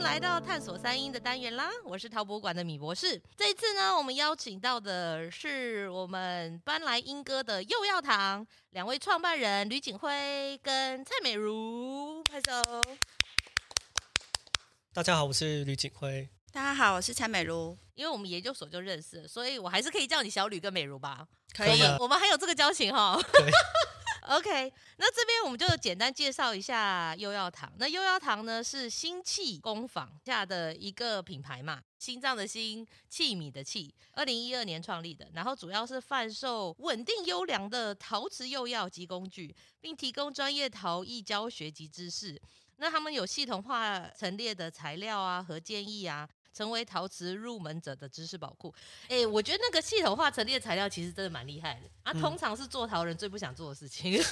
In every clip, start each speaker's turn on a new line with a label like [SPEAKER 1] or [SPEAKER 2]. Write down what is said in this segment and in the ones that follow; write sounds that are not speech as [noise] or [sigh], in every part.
[SPEAKER 1] 来到探索三音的单元啦，我是陶博馆的米博士。这一次呢，我们邀请到的是我们搬来英歌的幼药堂两位创办人吕景辉跟蔡美如，拍手。
[SPEAKER 2] 大家好，我是吕景辉。
[SPEAKER 3] 大家好，我是蔡美如。
[SPEAKER 1] 因为我们研究所就认识了，所以我还是可以叫你小吕跟美如吧。
[SPEAKER 3] 可
[SPEAKER 2] 以
[SPEAKER 1] 我们
[SPEAKER 2] 啊
[SPEAKER 1] 我们还有这个交情哈。
[SPEAKER 2] 对，
[SPEAKER 1] [laughs] OK，那这边我们就简单介绍一下幼药堂。那幼药堂呢是新器工坊下的一个品牌嘛，心脏的心，器皿的器，二零一二年创立的。然后主要是贩售稳定优良的陶瓷釉药及工具，并提供专业陶艺教学及知识。那他们有系统化陈列的材料啊和建议啊，成为陶瓷入门者的知识宝库。哎、我觉得那个系统化陈列材料其实真的蛮厉害的啊，
[SPEAKER 2] 嗯
[SPEAKER 1] 通常是做陶人最不想做的事情，因 [laughs] 为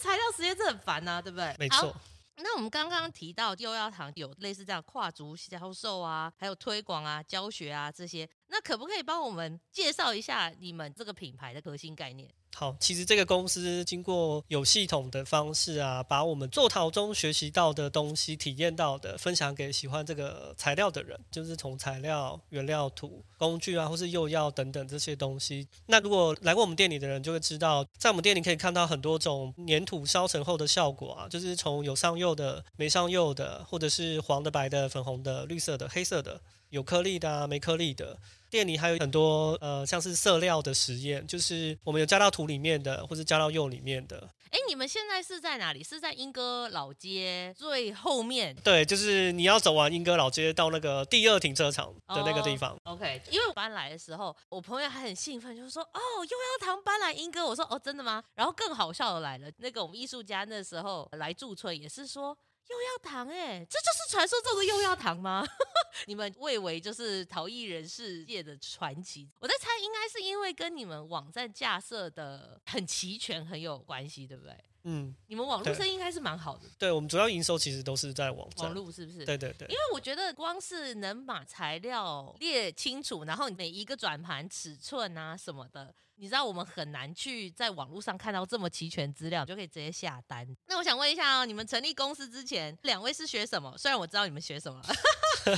[SPEAKER 1] 材料实验真的很烦呐、啊，对不对？
[SPEAKER 2] 没
[SPEAKER 1] 好
[SPEAKER 2] 错，
[SPEAKER 1] 那我们刚刚提到幼药堂有类似这样跨足销售啊，还有推广啊、教学啊这些，那可不可以帮我们介绍一下你们这个品牌的核心概念？
[SPEAKER 2] 好，其实这个公司经过有系统的方式啊，把我们做陶中学习到的东西、体验到的，分享给喜欢这个材料的人，就是从材料、原料、土、工具啊，或是釉药等等这些东西。那如果来过我们店里的人就会知道，在我们店里可以看到很多种粘土烧成后的效果啊，就是从有上釉的、没上釉的，或者是黄的、白的、粉红的、绿色的、黑色的，有颗粒的、啊、没颗粒的。店里还有很多呃，像是色料的实验，就是我们有加到土里面的，或是加到釉里面的。
[SPEAKER 1] 哎，你们现在是在哪里？是在莺歌老街最后面
[SPEAKER 2] 对，就是你要走完莺歌老街到那个第二停车场的那个地方。
[SPEAKER 1] ？OK，因为我搬来的时候，我朋友还很兴奋，就是说哦，幼药堂搬来莺歌，我说哦，真的吗？然后更好笑的来了，那个我们艺术家那时候来驻村也是说。幼药堂、哎，这就是传说中的幼药堂吗？ [laughs] 你们蔚为就是陶艺人士界的传奇，我在猜，应该是因为跟你们网站架设的很齐全很有关系，对不对？
[SPEAKER 2] 嗯，
[SPEAKER 1] 你们网络
[SPEAKER 2] 对
[SPEAKER 1] 生意应该是蛮好的，
[SPEAKER 2] 对，我们主要营收其实都是在网
[SPEAKER 1] 网
[SPEAKER 2] 站。
[SPEAKER 1] 络是不是？
[SPEAKER 2] 对对对
[SPEAKER 1] 因，为我觉得光是能把材料列清楚，然后每一个转盘尺寸啊什么的，你知道我们很难去在网络上看到这么齐全资料，你就可以直接下单。那我想问一下哦，你们成立公司之前，两位是学什么？虽然我知道你们学什么，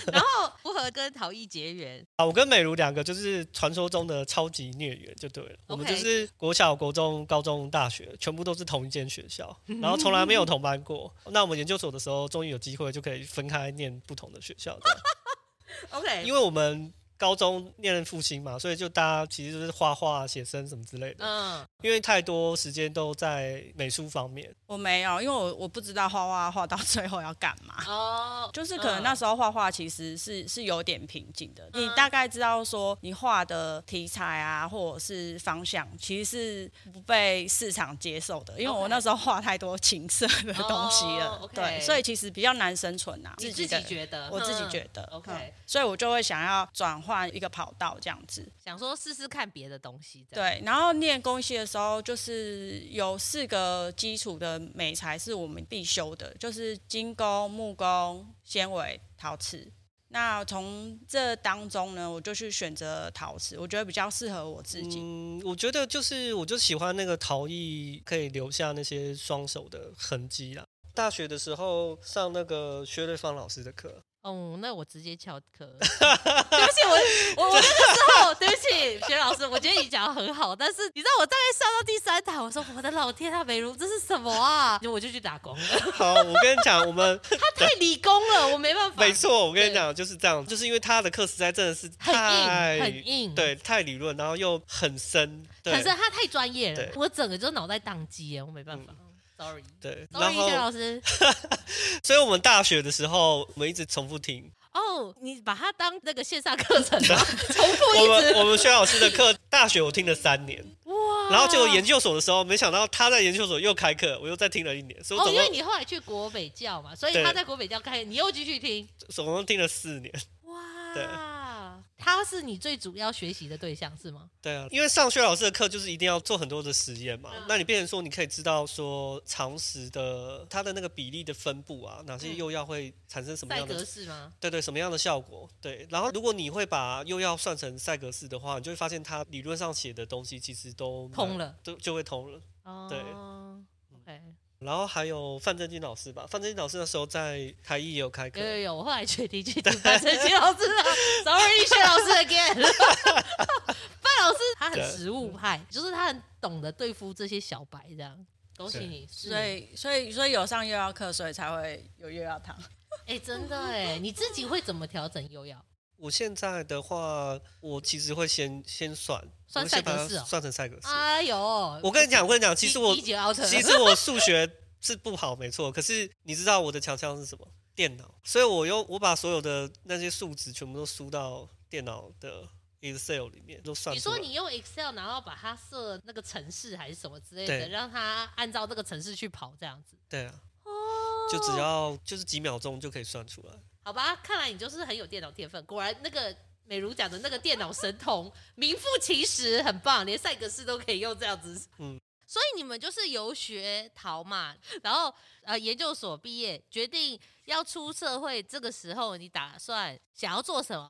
[SPEAKER 1] [laughs] 然后如何跟陶艺结缘？
[SPEAKER 2] 啊，我跟美如两个就是传说中的超级孽缘，就对了。我们就是国小、国中、高中、大学，全部都是同一间学
[SPEAKER 1] [laughs]
[SPEAKER 2] 校，然后从来没有同班过。那我们研究所的时候，终于有机会就可以分开念不同的学校。这样
[SPEAKER 1] OK，
[SPEAKER 2] 因为我们高中念复兴嘛，所以就大家其实就是画画、写生什么之类的。
[SPEAKER 1] 嗯，
[SPEAKER 2] 因为太多时间都在美术方面，
[SPEAKER 3] 我没有，因为我我不知道画画画到最后要干嘛。
[SPEAKER 1] 哦，
[SPEAKER 3] 就是可能那时候画画其实是是有点瓶颈的，
[SPEAKER 1] 嗯
[SPEAKER 3] 你大概知道说你画的题材啊，或者是方向，其实是不被市场接受的，因为
[SPEAKER 1] OK
[SPEAKER 3] 我那时候画太多情色的东西了
[SPEAKER 1] 哦，，OK
[SPEAKER 3] 对，所以其实比较难生存啊，
[SPEAKER 1] 你
[SPEAKER 3] 己
[SPEAKER 1] 自
[SPEAKER 3] 的
[SPEAKER 1] 己觉得，
[SPEAKER 3] 我自己
[SPEAKER 1] 嗯
[SPEAKER 3] 觉得
[SPEAKER 1] OK
[SPEAKER 3] 嗯所以我就会想要转换一个跑道这样子。
[SPEAKER 1] 想说试试看别的东西，这样，
[SPEAKER 3] 对，然后念工系的时候，就是有四个基础的美材是我们必修的，就是金工、木工、纤维、陶瓷。那从这当中呢，我就去选择陶瓷，我觉得比较适合我自己。
[SPEAKER 2] 嗯，我觉得就是我就喜欢那个陶艺，可以留下那些双手的痕迹啦。大学的时候上那个薛瑞芳老师的课，
[SPEAKER 1] 嗯，那我直接翘课。 [laughs] 对不起，我我我那个时候，对 [laughs] 不起，薛老师，我觉得你讲的很好，但是你知道我大概上到第三堂，我说我的老天啊，美如这是什么啊？我就去打工了， [laughs]
[SPEAKER 2] 好，我跟你讲，我们
[SPEAKER 1] 太理工了，我没办法，
[SPEAKER 2] 没错，我跟你讲就是这样，就是因为他的课实在真的是
[SPEAKER 1] 很
[SPEAKER 2] 太
[SPEAKER 1] 硬，很硬，，
[SPEAKER 2] 对，太理论，然后又很深，对
[SPEAKER 1] 可是他太专业了
[SPEAKER 2] 对，
[SPEAKER 1] 我整个就脑袋宕机耶，我没办法，sorry。
[SPEAKER 2] 对，然
[SPEAKER 1] sorry，薛
[SPEAKER 2] 后
[SPEAKER 1] 老师，
[SPEAKER 2] 所以我们大学的时候，我们一直重复听，
[SPEAKER 1] 哦，你把它当那个线上课程
[SPEAKER 2] [laughs]
[SPEAKER 1] 吗？重复
[SPEAKER 2] 我
[SPEAKER 1] 一
[SPEAKER 2] 们
[SPEAKER 1] 直，
[SPEAKER 2] 我们薛老师的课，大学我听了三年，
[SPEAKER 1] 哇！
[SPEAKER 2] 然后结果研究所的时候，没想到他在研究所又开课，我又再听了一年，所以我
[SPEAKER 1] 哦，
[SPEAKER 2] 总
[SPEAKER 1] 因为
[SPEAKER 2] 共、
[SPEAKER 1] 你后来去国北教嘛，所以
[SPEAKER 2] 对
[SPEAKER 1] 他在国北教开，你又继续听，
[SPEAKER 2] 总共听了四年。对
[SPEAKER 1] 哇，他是你最主要学习的 [laughs] 对象是吗？
[SPEAKER 2] 对啊，因为上薛老师的课就是一定要做很多的实验嘛，
[SPEAKER 1] 嗯
[SPEAKER 2] 那你变成说你可以知道说常识的它的那个比例的分布啊，哪些
[SPEAKER 1] 嗯
[SPEAKER 2] 又要会产生什么
[SPEAKER 1] 赛
[SPEAKER 2] 样的
[SPEAKER 1] 格式吗？
[SPEAKER 2] 对对，什么样的效果？对，然后如果你会把又要算成赛格式的话，你就会发现它理论上写的东西其实都蛮
[SPEAKER 1] 通了，
[SPEAKER 2] 都就会通了。
[SPEAKER 1] 哦
[SPEAKER 2] 嗯对嗯
[SPEAKER 1] ，OK，
[SPEAKER 2] 然后还有范正金老师吧，范正金老师那时候在台艺也有开课
[SPEAKER 1] 有，有有，我后来决定去
[SPEAKER 2] [laughs]
[SPEAKER 1] 读范晨曦老师的，sorry，薛老师 again。范老师他很
[SPEAKER 2] 对
[SPEAKER 1] 实务派，就是他很懂得对付这些小白这样。恭喜
[SPEAKER 2] 对
[SPEAKER 1] 你，是
[SPEAKER 3] 所以所以所以有上幼药课，所以才会有幼药堂。
[SPEAKER 1] 哎、真的哎，你自己会怎么调整优药？
[SPEAKER 2] 我现在的话，我其实会先先算，
[SPEAKER 1] 算
[SPEAKER 2] 我会先
[SPEAKER 1] 赛格
[SPEAKER 2] 把它
[SPEAKER 1] 式哦
[SPEAKER 2] 算成赛格式。
[SPEAKER 1] 哎呦，我
[SPEAKER 2] 我跟你讲，我跟你讲，其实我
[SPEAKER 1] 一节 out，
[SPEAKER 2] 其实我数学是不好，没错。可是你知道我的强项是什么？电脑。所以我又我把所有的那些数值全部都输到电脑的 Excel 里面，都算
[SPEAKER 1] 你
[SPEAKER 2] 出来。
[SPEAKER 1] 说你用 Excel，然后把它设那个程式还是什么之类的，
[SPEAKER 2] 对
[SPEAKER 1] 让它按照那个程式去跑，这样子。
[SPEAKER 2] 对啊，
[SPEAKER 1] 哦
[SPEAKER 2] 就只要就是几秒钟就可以算出来。
[SPEAKER 1] 好吧，看来你就是很有电脑天分。果然那个美如讲的那个电脑神童名副其实，很棒，连赛格斯都可以用这样子。嗯
[SPEAKER 2] 嗯，
[SPEAKER 1] 所以你们就是游学逃嘛，然后呃研究所毕业，决定要出社会，这个时候你打算想要做什么？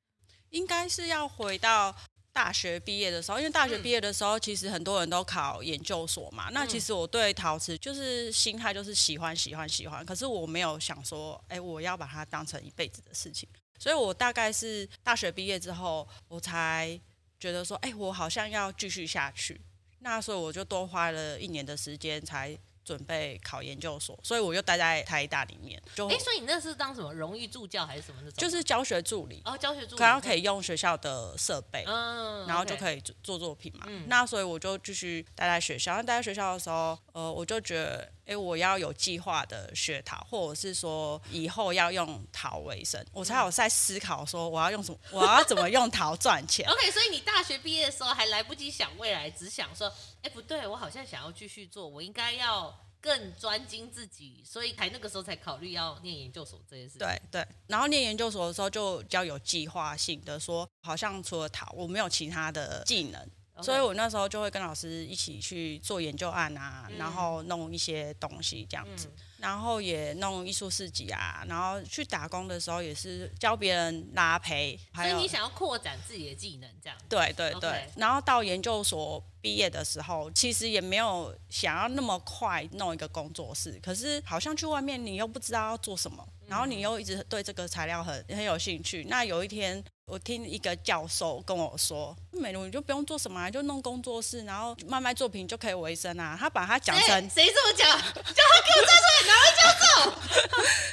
[SPEAKER 3] 应该是要回到大学毕业的时候，因为大学
[SPEAKER 1] 嗯
[SPEAKER 3] 毕业的时候，其实很多人都考研究所嘛。那其实我对陶瓷就是心态就是喜欢喜欢喜欢，可是我没有想说，哎、我要把它当成一辈子的事情。所以我大概是大学毕业之后，我才觉得说，哎、我好像要继续下去。那所以我就多花了一年的时间才准备考研究所，所以我就待在台大里面，就、
[SPEAKER 1] 哎、所以你那是当什么荣誉助教还是什么那种？
[SPEAKER 3] 哦就是教学助理，
[SPEAKER 1] 哦，教学助理，
[SPEAKER 3] 然后可以用学校的设备。
[SPEAKER 1] 嗯，
[SPEAKER 3] 然后就
[SPEAKER 1] 以。
[SPEAKER 3] 可以做做作品嘛。
[SPEAKER 1] 嗯
[SPEAKER 3] 那所以我就继续待在学校。那待在学校的时候，呃，我就觉得，哎，我要有计划的学陶，或者是说以后要用陶为生，我才有
[SPEAKER 1] 嗯
[SPEAKER 3] 在思考说我要用什么，我要怎么用陶赚钱。 [laughs]
[SPEAKER 1] OK，所以你大学毕业的时候还来不及想未来，只想说，哎、不对，我好像想要继续做，我应该要更专精自己，所以才那个时候才考虑要念研究所这件事。，
[SPEAKER 3] 对对，然后念研究所的时候就比较有计划性的说，好像除了陶，我没有其他的技能。所以我那时候就会跟老师一起去做研究案啊，
[SPEAKER 1] 嗯
[SPEAKER 3] 然后弄一些东西这样子，
[SPEAKER 1] 嗯
[SPEAKER 3] 然后也弄艺术市集啊，然后去打工的时候也是教别人拉胚，
[SPEAKER 1] 所
[SPEAKER 3] 还
[SPEAKER 1] 以
[SPEAKER 3] 有
[SPEAKER 1] 你想要扩展自己的技能，这样子。
[SPEAKER 3] 对对
[SPEAKER 1] OK
[SPEAKER 3] 对然后到研究所毕业的时候，其实也没有想要那么快弄一个工作室，可是好像去外面你又不知道要做什么，
[SPEAKER 1] 嗯
[SPEAKER 3] 然后你又一直对这个材料很很有兴趣。那有一天。我听一个教授跟我说：“嗯美如，你就不用做什么、啊，就弄工作室，然后卖卖作品就可以为生啊。”他把它讲
[SPEAKER 1] 哎
[SPEAKER 3] 成
[SPEAKER 1] 谁这么讲？叫他给我站出来，哪位教授？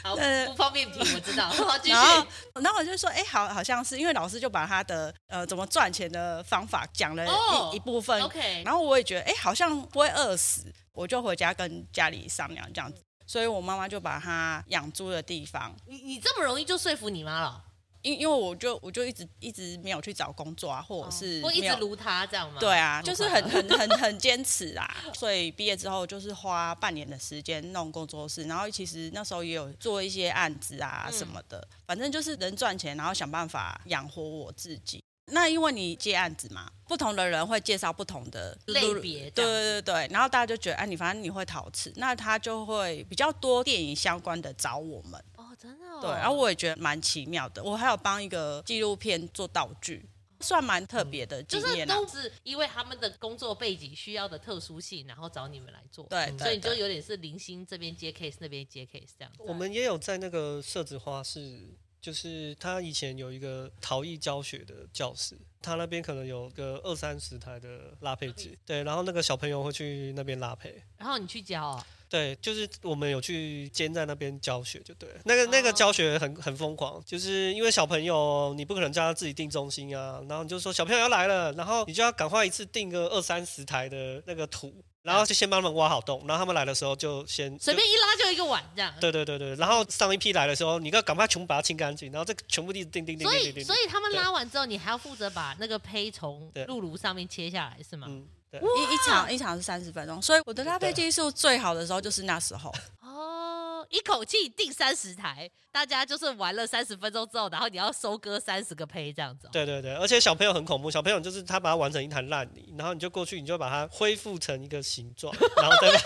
[SPEAKER 1] 好，
[SPEAKER 3] [laughs] 呃
[SPEAKER 1] 不方便提，我知
[SPEAKER 3] [laughs]
[SPEAKER 1] 道。好， [laughs] 继续
[SPEAKER 3] 然。后，然后我就说，哎、好，好像是因为老师就把他的呃怎么赚钱的方法讲了一、
[SPEAKER 1] 哦
[SPEAKER 3] 一部分
[SPEAKER 1] OK，
[SPEAKER 3] 然后我也觉得，哎、好像不会饿死，我就回家跟家里商量这样子。所以我妈妈就把他养猪的地方，
[SPEAKER 1] 你你这么容易就说服你妈了，
[SPEAKER 3] 因因为我就我就一直一直没有去找工作啊，或者是
[SPEAKER 1] 哦会一
[SPEAKER 3] 没
[SPEAKER 1] 直
[SPEAKER 3] 有
[SPEAKER 1] 撸他这样吗？[laughs]
[SPEAKER 3] 对啊，
[SPEAKER 1] 哦
[SPEAKER 3] 就是
[SPEAKER 1] 快
[SPEAKER 3] 很
[SPEAKER 1] 乐
[SPEAKER 3] 很很很坚持啊。所以毕业之后就是花半年的时间弄工作室，然后其实那时候也有做一些案子啊
[SPEAKER 1] 嗯
[SPEAKER 3] 什么的，反正就是能赚钱，然后想办法养活我自己。那因为你接案子嘛，不同的人会介绍不同的
[SPEAKER 1] 类
[SPEAKER 3] 路
[SPEAKER 1] 别这样
[SPEAKER 3] 对对对对，然后大家就觉得，哎、你反正你会陶瓷，那他就会比较多电影相关的找我们，
[SPEAKER 1] 哦，真的哦。
[SPEAKER 3] 对，然后我也觉得蛮奇妙的。我还有帮一个纪录片做道具，算蛮特别的经
[SPEAKER 1] 嗯就是
[SPEAKER 3] 验、啊
[SPEAKER 1] 都是因为他们的工作背景需要的特殊性，然后找你们来做。
[SPEAKER 3] 对对
[SPEAKER 1] 所以你就
[SPEAKER 3] 对
[SPEAKER 1] 有点是零星这边接 case，那边接 case 这样子。
[SPEAKER 2] 我们也有在那个社子花市，就是他以前有一个陶艺教学的教室，他那边可能有个二三十台的拉胚机，对，然后那个小朋友会去那边拉胚。
[SPEAKER 1] 然后你去教、哦，
[SPEAKER 2] 对，就是我们有去兼在那边教学，就对了。那个那
[SPEAKER 1] 哦
[SPEAKER 2] 个教学很很疯狂，就是因为小朋友你不可能叫他自己定中心啊，然后你就说小朋友要来了，然后你就要赶快一次定个二三十台的那个土，然后就先帮他们挖好洞，然后他们来的时候就先
[SPEAKER 1] 随
[SPEAKER 2] 就
[SPEAKER 1] 便一拉就一个碗这样。
[SPEAKER 2] 对对对对，然后上一批来的时候，你要赶快全部把它清干净，然后这个全部地叮叮叮
[SPEAKER 1] 所
[SPEAKER 2] 叮叮
[SPEAKER 1] 以，
[SPEAKER 2] 叮。
[SPEAKER 1] 所以他们
[SPEAKER 2] 对
[SPEAKER 1] 拉完之后，你还要负责把那个胚从
[SPEAKER 2] 对
[SPEAKER 1] 露炉上面切下来，是吗？
[SPEAKER 2] 嗯，对，
[SPEAKER 3] 一一场一场是三十分钟，所以我的拉
[SPEAKER 2] 对
[SPEAKER 3] 胚技术最好的时候就是那时候。
[SPEAKER 1] 哦，一口气定三十台，大家就是玩了三十分钟之后，然后你要收割三十个胚这样子、哦。
[SPEAKER 2] 对对对，而且小朋友很恐怖，小朋友就是他把它玩成一滩烂泥，然后你就过去，你就把它恢复成一个形
[SPEAKER 1] [laughs]
[SPEAKER 2] 状，然后再把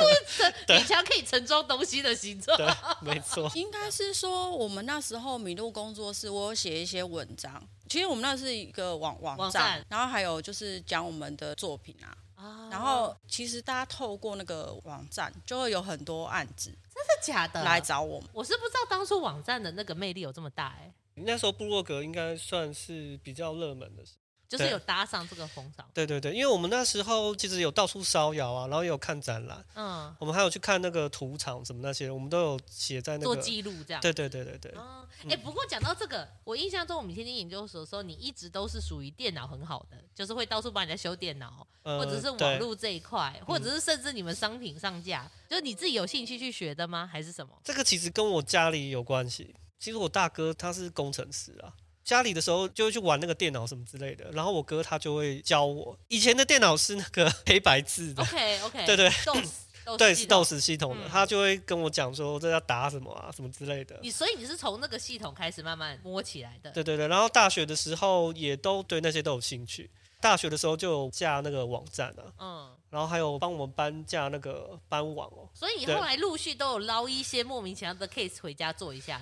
[SPEAKER 2] 对
[SPEAKER 1] 勉强可以盛装东西的形状。
[SPEAKER 2] 它对，没错，
[SPEAKER 3] 应该是说我们那时候米露工作室，我有写一些文章。其实我们那是一个网网站，
[SPEAKER 1] 网站
[SPEAKER 3] 然后还有就是讲我们的作品啊。
[SPEAKER 1] 啊
[SPEAKER 3] 然后其实大家透过那个网站，就会有很多案子
[SPEAKER 1] 真的假的？
[SPEAKER 3] 来找我们。
[SPEAKER 1] 我是不知道当初网站的那个魅力有这么大哎、
[SPEAKER 2] 那时候部落格应该算是比较热门的事。
[SPEAKER 1] 就是
[SPEAKER 2] 对
[SPEAKER 1] 有搭上这个风潮。
[SPEAKER 2] 对对对，因为我们那时候其实有到处烧窑啊，然后也有看展览，
[SPEAKER 1] 嗯，
[SPEAKER 2] 我们还有去看那个土场什么那些，我们都有写在那
[SPEAKER 1] 做
[SPEAKER 2] 个。
[SPEAKER 1] 记啊录这样。
[SPEAKER 2] 对对对对对，
[SPEAKER 1] 哦，哎、不过讲到这个，我印象中我们天天研究所的时候，你一直都是属于电脑很好的，就是会到处帮人家修电脑，
[SPEAKER 2] 呃
[SPEAKER 1] 或者是网
[SPEAKER 2] 对嗯
[SPEAKER 1] 络这一块，或者是甚至你们商品上架，就是你自己有兴趣去学的吗？还是什么？
[SPEAKER 2] 这个其实跟我家里有关系。其实我大哥他是工程师啊，家里的时候就会去玩那个电脑什么之类的，然后我哥他就会教我。以前的电脑是那个 [laughs] 黑白字的，
[SPEAKER 1] OK OK，
[SPEAKER 2] [laughs] 对对
[SPEAKER 1] DOS
[SPEAKER 2] 对，
[SPEAKER 1] 哦
[SPEAKER 2] 是
[SPEAKER 1] 系统
[SPEAKER 2] DOS 系统的，
[SPEAKER 1] 嗯
[SPEAKER 2] 他就会跟我讲说这要打什么啊，什么之类的。
[SPEAKER 1] 你所以你是从那个系统开始慢慢摸起来的。
[SPEAKER 2] 对对对，然后大学的时候也都对那些都有兴趣。大学的时候就有架那个网站啊，
[SPEAKER 1] 嗯，
[SPEAKER 2] 然后还有帮我们班架那个班网哦。
[SPEAKER 1] 所以你
[SPEAKER 2] 对
[SPEAKER 1] 后来陆续都有捞一些莫名其妙的 case 回家做一下。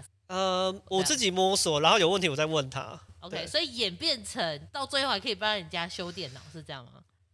[SPEAKER 1] 啊
[SPEAKER 2] 呃，我自己摸索，然后有问题我再问他。
[SPEAKER 1] OK，
[SPEAKER 2] 对
[SPEAKER 1] 所以演变成到最后还可以帮人家修电脑，是这样吗？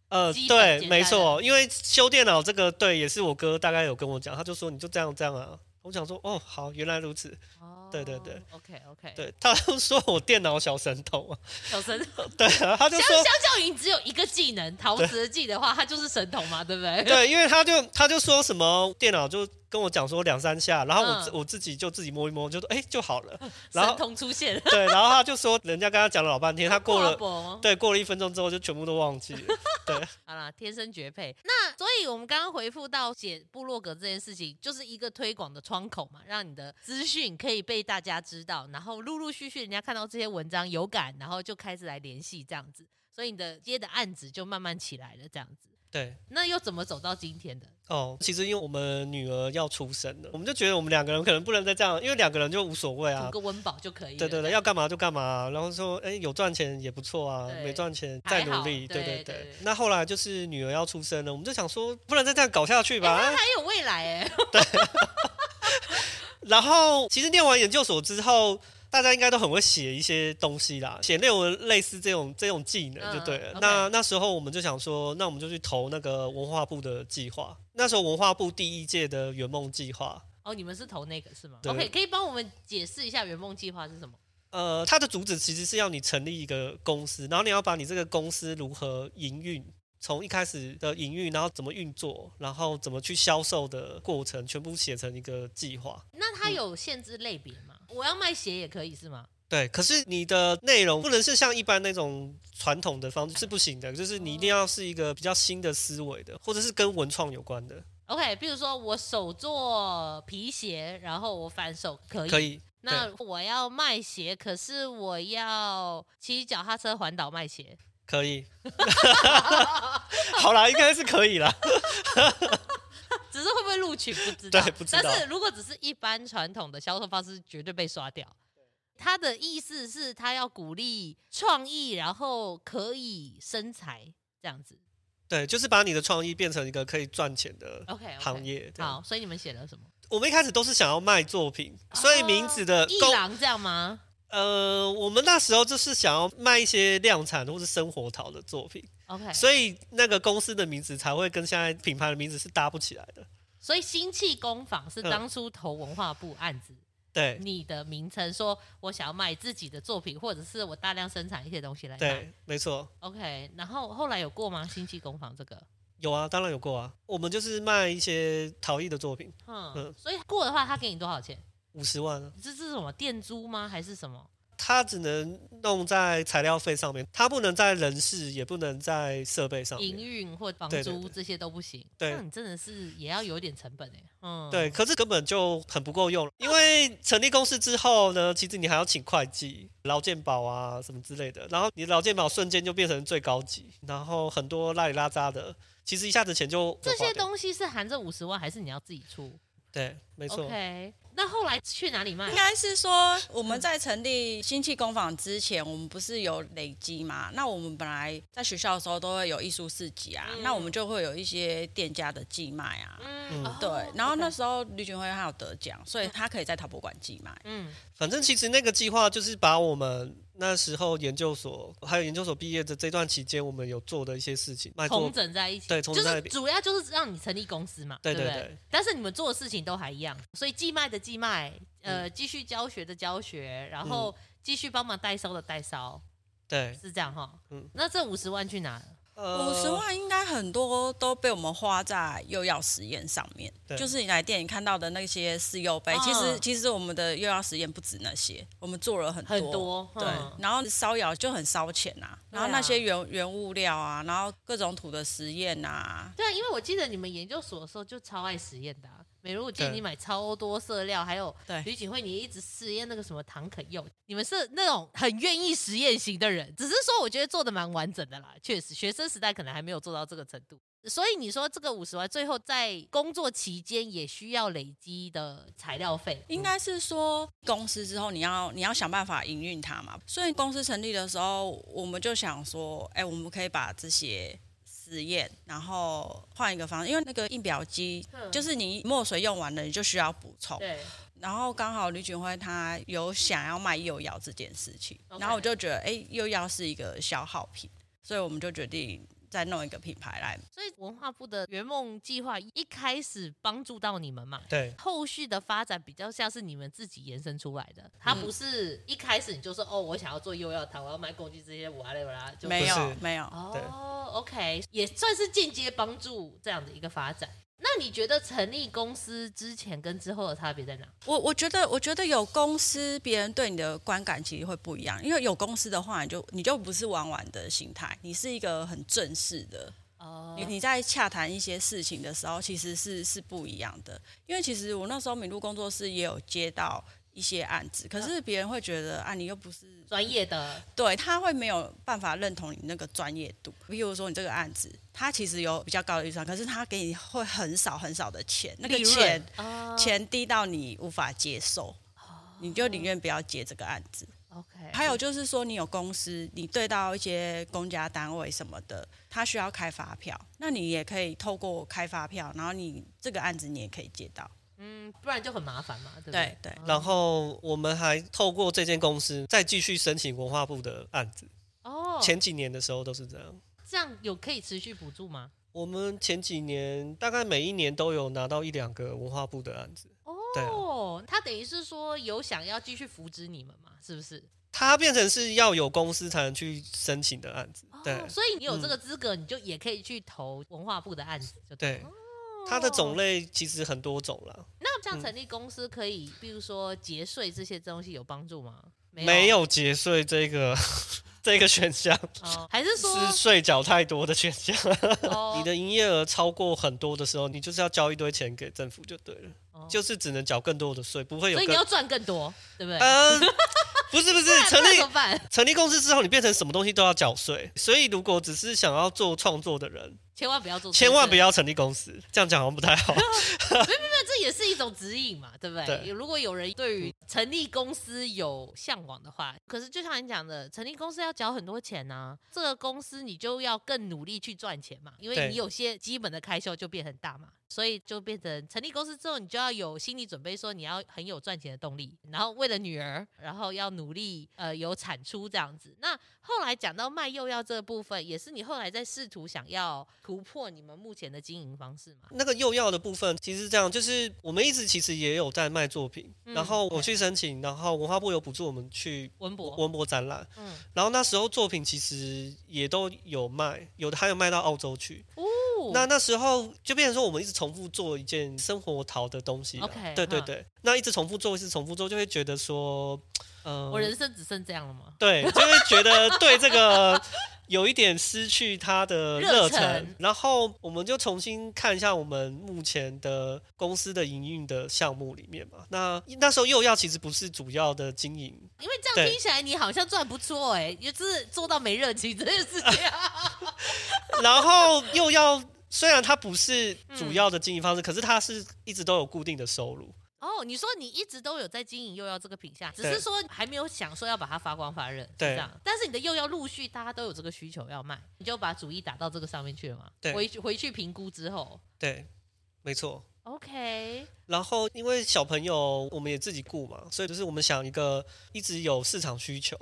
[SPEAKER 2] 呃，
[SPEAKER 1] 基本简
[SPEAKER 2] 对，
[SPEAKER 1] 单
[SPEAKER 2] 没
[SPEAKER 1] 的
[SPEAKER 2] 错，因为修电脑这个，对，也是我哥大概有跟我讲，他就说你就这样这样啊。我想说，哦，好，原来如此。
[SPEAKER 1] 哦
[SPEAKER 2] 对对对
[SPEAKER 1] ，OK OK，，
[SPEAKER 2] 对，他就说我电脑小神童 [laughs] 啊，
[SPEAKER 1] 小神童。
[SPEAKER 2] 对啊，他就
[SPEAKER 1] 相
[SPEAKER 2] 说，
[SPEAKER 1] 相较于你只有一个技能，陶瓷的技的话，它就是神童嘛，对不对？
[SPEAKER 2] 对，因为他就他就说什么电脑就跟我讲说两三下，然后我自、
[SPEAKER 1] 嗯
[SPEAKER 2] 我自己就自己摸一摸，就说哎、就好了。 [laughs] 然
[SPEAKER 1] 神
[SPEAKER 2] 后
[SPEAKER 1] 童出现了，
[SPEAKER 2] 对，然后他就说人家跟他讲了老半天，他
[SPEAKER 1] [laughs]
[SPEAKER 2] 过了。
[SPEAKER 1] 博，
[SPEAKER 2] 对，过了一分钟之后就全部都忘记了。 [laughs]
[SPEAKER 1] 好啦，天生绝配。那所以我们刚刚回复到写部落格这件事情，就是一个推广的窗口嘛，让你的资讯可以被大家知道，然后陆陆续续人家看到这些文章有感，然后就开始来联系这样子，所以你的接的案子就慢慢起来了这样子。
[SPEAKER 2] 对，
[SPEAKER 1] 那又怎么走到今天的？
[SPEAKER 2] 哦，其实因为我们女儿要出生了，我们就觉得我们两个人可能不能再这样，因为两个人就无所谓啊
[SPEAKER 1] 图，个温饱就可以了。
[SPEAKER 2] 对对对，
[SPEAKER 1] 这样
[SPEAKER 2] 要干嘛就干嘛，然后说，哎，有赚钱也不错啊，
[SPEAKER 1] 对
[SPEAKER 2] 没赚钱
[SPEAKER 1] 还
[SPEAKER 2] 再
[SPEAKER 1] 好
[SPEAKER 2] 努力，对
[SPEAKER 1] 对对
[SPEAKER 2] 对
[SPEAKER 1] 对。
[SPEAKER 2] 那后来就是女儿要出生了，我们就想说，不能再这样搞下去吧。
[SPEAKER 1] [laughs] 还有未来哎、
[SPEAKER 2] 然后其实念完研究所之后。大家应该都很会写一些东西啦，写内容类似这种这种技能就对了。
[SPEAKER 1] 嗯，OK
[SPEAKER 2] 那那时候我们就想说，那我们就去投那个文化部的计划。那时候文化部第一届的圆梦计划，
[SPEAKER 1] 哦，你们是投那个是吗
[SPEAKER 2] 对
[SPEAKER 1] ？OK，可以帮我们解释一下圆梦计划是什么？
[SPEAKER 2] 呃，它的主旨其实是要你成立一个公司，然后你要把你这个公司如何营运，从一开始的营运，然后怎么运作，然后怎么去销售的过程，全部写成一个计划。
[SPEAKER 1] 那它有限制类别吗？我要卖鞋也可以是吗？
[SPEAKER 2] 对，可是你的内容不能是像一般那种传统的方式是不行的，就是你一定要是一个比较新的思维的，或者是跟文创有关的，
[SPEAKER 1] OK，比如说我手做皮鞋，然后我反手可以。
[SPEAKER 2] 可以。
[SPEAKER 1] 那我要卖鞋，可是我要骑脚踏车环岛卖鞋。
[SPEAKER 2] 可以， [laughs] 好啦，应该是可以啦。
[SPEAKER 1] 只是会不会录取不知道，
[SPEAKER 2] 对不知道
[SPEAKER 1] 但是如果只是一般传统的销售方式，绝对被刷掉。他的意思是，他要鼓励创意，然后可以生财这样子。
[SPEAKER 2] 对，就是把你的创意变成一个可以赚钱的
[SPEAKER 1] OK，, o k
[SPEAKER 2] 行业。这样
[SPEAKER 1] 好，所以你们写了什么？
[SPEAKER 2] 我们一开始都是想要卖作品，
[SPEAKER 1] 哦
[SPEAKER 2] 所以名字的
[SPEAKER 1] 一
[SPEAKER 2] 公、
[SPEAKER 1] 郎这样吗？
[SPEAKER 2] 呃，我们那时候就是想要卖一些量产或是生活淘的作品，
[SPEAKER 1] OK，
[SPEAKER 2] 所以那个公司的名字才会跟现在品牌的名字是搭不起来的。
[SPEAKER 1] 所以新气工坊是
[SPEAKER 2] 嗯
[SPEAKER 1] 当初投文化部案子，
[SPEAKER 2] 对
[SPEAKER 1] 你的名称说我想要卖自己的作品，或者是我大量生产一些东西来卖。
[SPEAKER 2] 对，没错，
[SPEAKER 1] OK，然后后来有过吗？新气工坊这个，
[SPEAKER 2] 有啊，当然有过啊。我们就是卖一些陶艺的作品，
[SPEAKER 1] 嗯，
[SPEAKER 2] 嗯
[SPEAKER 1] 所以过的话，他给你多少钱？
[SPEAKER 2] 五十万、啊，
[SPEAKER 1] 这这是什么店租吗？还是什么？
[SPEAKER 2] 它只能弄在材料费上面，它不能在人事，也不能在设备上
[SPEAKER 1] 营
[SPEAKER 2] 面。
[SPEAKER 1] 运或房
[SPEAKER 2] 哦对对
[SPEAKER 1] 租
[SPEAKER 2] 对
[SPEAKER 1] 这些都不行。
[SPEAKER 2] 对
[SPEAKER 1] 那你真的是也要有一点成本哎。嗯，
[SPEAKER 2] 对，可是根本就很不够用，因为成立公司之后呢，其实你还要请会计、劳健保啊什么之类的，然后你的劳健保瞬间就变成最高级，然后很多拉里拉扎的，其实一下子钱就
[SPEAKER 1] 这些
[SPEAKER 2] 都花掉
[SPEAKER 1] 东西是含这五十万，还是你要自己出
[SPEAKER 2] 对，没错
[SPEAKER 1] ？OK，那后来去哪里卖
[SPEAKER 3] 应？该是说我们在成立新气工坊之前，我们不是有累积嘛？那我们本来在学校的时候都会有艺术市集啊，
[SPEAKER 1] 嗯
[SPEAKER 3] 那我们就会有一些店家的寄卖啊。
[SPEAKER 1] 嗯
[SPEAKER 2] 嗯
[SPEAKER 1] 哦
[SPEAKER 3] 对，然后那
[SPEAKER 1] OK
[SPEAKER 3] 时候吕俊辉他有得奖，所以他可以在陶博馆寄卖。
[SPEAKER 1] 嗯
[SPEAKER 2] 反正其实那个计划就是把我们那时候研究所还有研究所毕业的这段期间，我们有做的一些事情，卖
[SPEAKER 1] 重
[SPEAKER 2] 做
[SPEAKER 1] 整在一起，
[SPEAKER 2] 对重
[SPEAKER 1] 就
[SPEAKER 2] 整在
[SPEAKER 1] 是
[SPEAKER 2] 一起
[SPEAKER 1] 主要就是让你成立公司嘛，
[SPEAKER 2] 对
[SPEAKER 1] 不
[SPEAKER 2] 对
[SPEAKER 1] 对？
[SPEAKER 2] 对
[SPEAKER 1] 但是你们做的事情都还一样，所以寄卖的寄卖，
[SPEAKER 2] 嗯
[SPEAKER 1] 呃，继续教学的教学，然后继续帮忙代收的代收，
[SPEAKER 2] 对，
[SPEAKER 1] 是这样哈。
[SPEAKER 2] 嗯
[SPEAKER 1] 那这五十万去哪了？
[SPEAKER 2] 呃
[SPEAKER 3] 五十万应该很多都被我们花在幼药实验上面，
[SPEAKER 2] 对
[SPEAKER 3] 就是你来店里看到的那些试幼杯，其实
[SPEAKER 1] 嗯
[SPEAKER 3] 其实我们的幼药实验不止那些，我们做了很多
[SPEAKER 1] 很多，
[SPEAKER 3] 对
[SPEAKER 1] 嗯，
[SPEAKER 3] 然后烧窑就很烧钱呐、然后
[SPEAKER 1] 对啊
[SPEAKER 3] 那些原原物料啊，然后各种土的实验呐、
[SPEAKER 1] 对啊，因为我记得你们研究所的时候就超爱实验的、啊。美如，我记得
[SPEAKER 2] 对
[SPEAKER 1] 你买超多色料，还有
[SPEAKER 3] 嗯对
[SPEAKER 1] 吕景惠，你一直实验那个什么糖肯柚，你们是那种很愿意实验型的人，只是说我觉得做的蛮完整的啦，确实学生时代可能还没有做到这个程度。所以你说这个五十万，最后在工作期间也需要累积的材料费，
[SPEAKER 3] 应该是说公司之后你要你要想办法营运它嘛。所以公司成立的时候，我们就想说，哎、我们可以把这些实验，然后换一个方式，因为那个印表机
[SPEAKER 1] 嗯
[SPEAKER 3] 就是你墨水用完了，你就需要补充。
[SPEAKER 1] 对，
[SPEAKER 3] 然后刚好吕景辉他有想要卖幼药这件事情
[SPEAKER 1] OK
[SPEAKER 3] 然后我就觉得，哎，幼药是一个消耗品，所以我们就决定再弄一个品牌来。
[SPEAKER 1] 所以文化部的圆梦计划一开始帮助到你们嘛，
[SPEAKER 2] 对
[SPEAKER 1] 后续的发展比较像是你们自己延伸出来的，它不是一开始你就说哦，我想要做幼药糖，我要卖工具这些，我啊嘞我啦，就
[SPEAKER 3] 没有
[SPEAKER 2] 是，
[SPEAKER 3] 没有，
[SPEAKER 2] 对
[SPEAKER 1] 哦，OK，也算是间接帮助这样的一个发展。那你觉得成立公司之前跟之后的差别在哪？
[SPEAKER 3] 我我觉得，我觉得有公司，别人对你的观感其实会不一样，因为有公司的话，你就你就不是玩玩的心态，你是一个很正式的，
[SPEAKER 1] 哦
[SPEAKER 3] 你你在洽谈一些事情的时候，其实是是不一样的。因为其实我那时候米露工作室也有接到一些案子，可
[SPEAKER 1] 嗯
[SPEAKER 3] 是别人会觉得啊，你又不是
[SPEAKER 1] 专业的
[SPEAKER 3] 对他会没有办法认同你那个专业度。比如说你这个案子，他其实有比较高的预算，可是他给你会很少很少的钱，那个
[SPEAKER 1] 利润
[SPEAKER 3] 钱
[SPEAKER 1] 哦
[SPEAKER 3] 钱低到你无法接受，你就宁愿不要接这个案子。
[SPEAKER 1] 哦，OK，
[SPEAKER 3] 还有就是说，你有公司，你对到一些公家单位什么的，他需要开发票，那你也可以透过开发票，然后你这个案子你也可以接到。
[SPEAKER 1] 嗯，不然就很麻烦嘛，对不
[SPEAKER 3] 对
[SPEAKER 1] 对？哦
[SPEAKER 3] 对，
[SPEAKER 2] 然后我们还透过这间公司再继续申请文化部的案子，
[SPEAKER 1] 哦，
[SPEAKER 2] 前几年的时候都是这样。
[SPEAKER 1] 这样有可以持续补助吗？
[SPEAKER 2] 我们前几年大概每一年都有拿到一两个文化部的案子，对啊
[SPEAKER 1] 哦，他等于是说有想要继续扶植你们嘛，是不是？
[SPEAKER 2] 它变成是要有公司才能去申请的案子。对嗯
[SPEAKER 1] 哦，所以你有这个资格，你就也可以去投文化部的案子，就对。
[SPEAKER 2] 对，它的种类其实很多种啦，
[SPEAKER 1] 那
[SPEAKER 2] 嗯
[SPEAKER 1] 像成立公司可以，比如说节税这些东西有帮助吗？没
[SPEAKER 2] 没有节税这个 [laughs] 这个选项
[SPEAKER 1] 哦，还是 [laughs] 说
[SPEAKER 2] 是税缴太多的选项。你
[SPEAKER 1] 哦
[SPEAKER 2] 的营业额超过很多的时候，你就是要交一堆钱给政府就对了，
[SPEAKER 1] 哦
[SPEAKER 2] 就是只能缴更多的税，不会有
[SPEAKER 1] 所以
[SPEAKER 2] 更
[SPEAKER 1] 你 [laughs]
[SPEAKER 2] [laughs]
[SPEAKER 1] 要赚更多，对不对？
[SPEAKER 2] 呃，不是不是，
[SPEAKER 1] 不然
[SPEAKER 2] 成
[SPEAKER 1] 不然
[SPEAKER 2] 立
[SPEAKER 1] 怎么办？
[SPEAKER 2] 成立公司之后，你变成什么东西都要缴税，所以如果只是想要做创作的人，
[SPEAKER 1] 千万不要做，
[SPEAKER 2] 千万不。要成立公司。这样讲好像不太好。
[SPEAKER 1] 那这也是一种指引嘛，对不对？
[SPEAKER 2] 对
[SPEAKER 1] 如果有人对于成立公司有向往的话，可是就像你讲的，成立公司要缴很多钱呐、这个公司你就要更努力去赚钱嘛，因为
[SPEAKER 2] 对
[SPEAKER 1] 你有些基本的开销就变很大嘛，所以就变成成立公司之后，你就要有心理准备，说你要很有赚钱的动力，然后为了女儿，然后要努力呃有产出这样子。那后来讲到卖幼药这部分，也是你后来在试图想要突破你们目前的经营方式嘛？
[SPEAKER 2] [laughs] 那个幼药的部分其实是这样，就是我们一直其实也有在卖作品，
[SPEAKER 1] 嗯
[SPEAKER 2] 然后我去申请，然后文化部有补助我们去
[SPEAKER 1] 文博，
[SPEAKER 2] 文博展览，
[SPEAKER 1] 嗯，
[SPEAKER 2] 然后那时候作品其实也都有卖，有的还有卖到澳洲去。
[SPEAKER 1] 哦
[SPEAKER 2] 那那时候就变成说，我们一直重复做一件生活淘的东西啦。
[SPEAKER 1] OK，
[SPEAKER 2] 对对
[SPEAKER 1] 哈
[SPEAKER 2] 对，那一直重复做，一直重复做，就会觉得说，呃，
[SPEAKER 1] 我人生只剩这样了吗？
[SPEAKER 2] 对，就会觉得对这个有一点失去它的热
[SPEAKER 1] 热
[SPEAKER 2] 忱。
[SPEAKER 1] 忱
[SPEAKER 2] 然后我们就重新看一下我们目前的公司的营运的项目里面嘛。那那时候幼药其实不是主要的经营，
[SPEAKER 1] 因为这样
[SPEAKER 2] 对
[SPEAKER 1] 听起来你好像赚不错哎、也就是做到没热情这件事情啊。
[SPEAKER 2] 然后幼药虽然它不是主要的经营方式，可是它是一直都有固定的收入。
[SPEAKER 1] [laughs] 哦，你说你一直都有在经营幼药这个品项，只
[SPEAKER 2] 对
[SPEAKER 1] 是说还没有想说要把它发光发热，是
[SPEAKER 2] 对
[SPEAKER 1] 这样。但是你的幼药陆续大家都有这个需求要卖，你就把主意打到这个上面去了嘛。
[SPEAKER 2] 对
[SPEAKER 1] 回去回去评估之后
[SPEAKER 2] 对，没错。
[SPEAKER 1] ，OK，
[SPEAKER 2] 然后，因为小朋友我们也自己顾嘛，所以就是我们想一个一直有市场需求，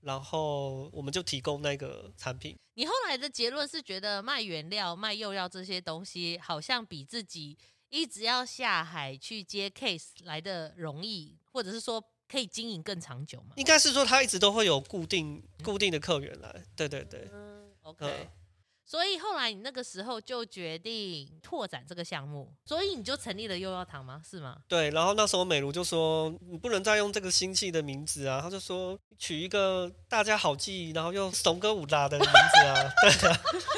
[SPEAKER 2] 然后我们就提供那个产品。
[SPEAKER 1] 你后来的结论是觉得卖原料、卖釉料这些东西，好像比自己一直要下海去接 case 来的容易，或者是说可以经营更长久吗
[SPEAKER 2] 应该是说它一直都会有固定固定的客源来，对对对，
[SPEAKER 1] ？OK，、
[SPEAKER 2] 嗯，
[SPEAKER 1] 所以后来你那个时候就决定拓展这个项目，所以你就成立了幼药堂吗？是吗？
[SPEAKER 2] 对。然后那时候美如就说：“你不能再用这个新戏的名字啊！”他就说：“取一个大家好记，然后又怂歌舞拉的名字啊。 [laughs]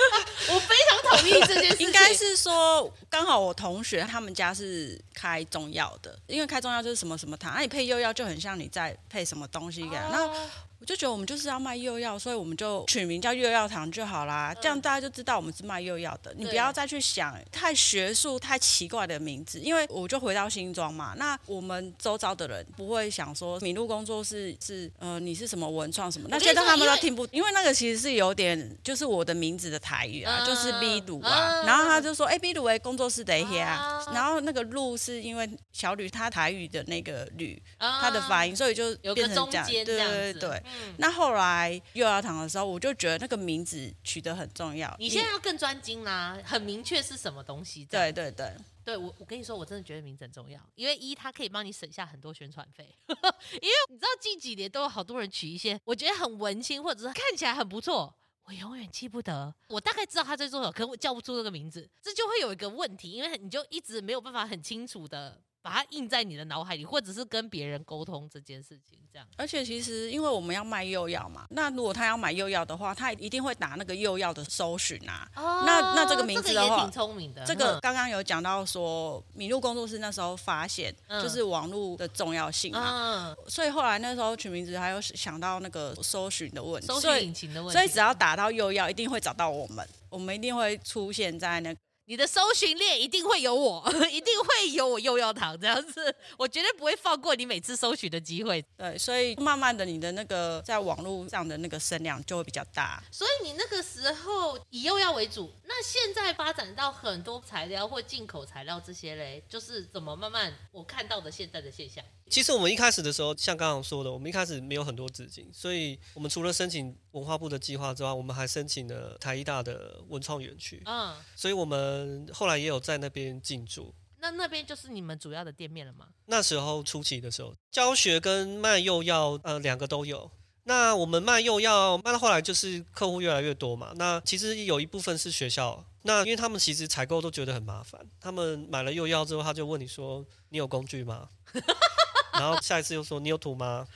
[SPEAKER 1] 我非常 [laughs] 同意这件事情，
[SPEAKER 3] 应该是说，刚好我同学他们家是开中药的，因为开中药就是什么什么糖，那、你配幼药就很像你在配什么东西给他。那、
[SPEAKER 1] 哦
[SPEAKER 3] 我就觉得我们就是要卖幼药，所以我们就取名叫幼药堂就好啦，这样大家就知道我们是卖幼药的。你
[SPEAKER 1] 嗯对
[SPEAKER 3] 不要再去想太学术、太奇怪的名字，因为我就回到新庄嘛，那我们周遭的人不会想说米露工作室是呃你是什么文创什么，那
[SPEAKER 1] 跟你
[SPEAKER 3] 些
[SPEAKER 1] 说
[SPEAKER 3] 都他们
[SPEAKER 1] 因
[SPEAKER 3] 都
[SPEAKER 1] 为
[SPEAKER 3] 听不，因为那个其实是有点就是我的名字的台语啊，
[SPEAKER 1] 嗯
[SPEAKER 3] 就是 B 鲁
[SPEAKER 1] 嗯
[SPEAKER 3] 啊，然后他就说哎 B 鲁为工作室的一些啊
[SPEAKER 1] 啊，
[SPEAKER 3] 然后那个路是因为小吕他台语的那个吕
[SPEAKER 1] 他
[SPEAKER 3] 他的发音，所以就
[SPEAKER 1] 啊哦有个
[SPEAKER 3] 变成
[SPEAKER 1] 中
[SPEAKER 3] 这样，
[SPEAKER 1] 间
[SPEAKER 3] 对
[SPEAKER 1] 这样子，
[SPEAKER 3] 对对。
[SPEAKER 1] 嗯
[SPEAKER 3] 那后来幼儿堂的时候，我就觉得那个名字取得很重要。
[SPEAKER 1] 你现在要更专精啦、很明确是什么东西这样。
[SPEAKER 3] 对对对，
[SPEAKER 1] 对我，我跟你说，我真的觉得名字很重要，因为一它可以帮你省下很多宣传费， [laughs] 因为你知道近几年都有好多人取一些我觉得很文青或者是看起来很不错。我永远记不得，我大概知道他在做什么，可我叫不出这个名字，这就会有一个问题，因为你就一直没有办法很清楚的把它印在你的脑海里，或者是跟别人沟通这件事情，这样。
[SPEAKER 3] 而且其实因为我们要卖幼药嘛，那如果他要买幼药的话，他一定会打那个幼药的搜寻啊。
[SPEAKER 1] 哦
[SPEAKER 3] 那那这个名字的
[SPEAKER 1] 这个也
[SPEAKER 3] 话
[SPEAKER 1] 挺聪明的，
[SPEAKER 3] 这个
[SPEAKER 1] 嗯
[SPEAKER 3] 刚刚有讲到说，米露工作室那时候发现
[SPEAKER 1] 嗯
[SPEAKER 3] 就是网络的重要性嘛，
[SPEAKER 1] 嗯，
[SPEAKER 3] 所以后来那时候取名字还有想到那个搜寻的问题，
[SPEAKER 1] 搜
[SPEAKER 3] 所
[SPEAKER 1] 索
[SPEAKER 3] 以
[SPEAKER 1] 引擎的问题，
[SPEAKER 3] 所以只要打到幼药，一定会找到我们，我们一定会出现在那个
[SPEAKER 1] 你的搜寻列一定会有我， [laughs] 一定会有我幼药堂这样子，我绝对不会放过你每次搜寻的机会。
[SPEAKER 3] 对，所以慢慢的，你的那个在网络上的那个声量就会比较大。
[SPEAKER 1] 所以你那个时候以幼药为主，那现在发展到很多材料或进口材料这些嘞，就是怎么慢慢我看到的现在的现象。
[SPEAKER 2] 其实我们一开始的时候，像刚刚说的，我们一开始没有很多资金，所以我们除了申请文化部的计划之外，我们还申请了台艺大的文创园区，
[SPEAKER 1] 嗯，
[SPEAKER 2] 所以我们后来也有在那边进驻。
[SPEAKER 1] 那那边就是你们主要的店面了吗？
[SPEAKER 2] 那时候初期的时候，教学跟卖幼药，呃，两个都有。那我们卖幼药，卖到后来就是客户越来越多嘛。那其实有一部分是学校，那因为他们其实采购都觉得很麻烦，他们买了幼药之后，他就问你说：“你有工具吗？” [laughs] 然后下一次又说：“你有土吗？”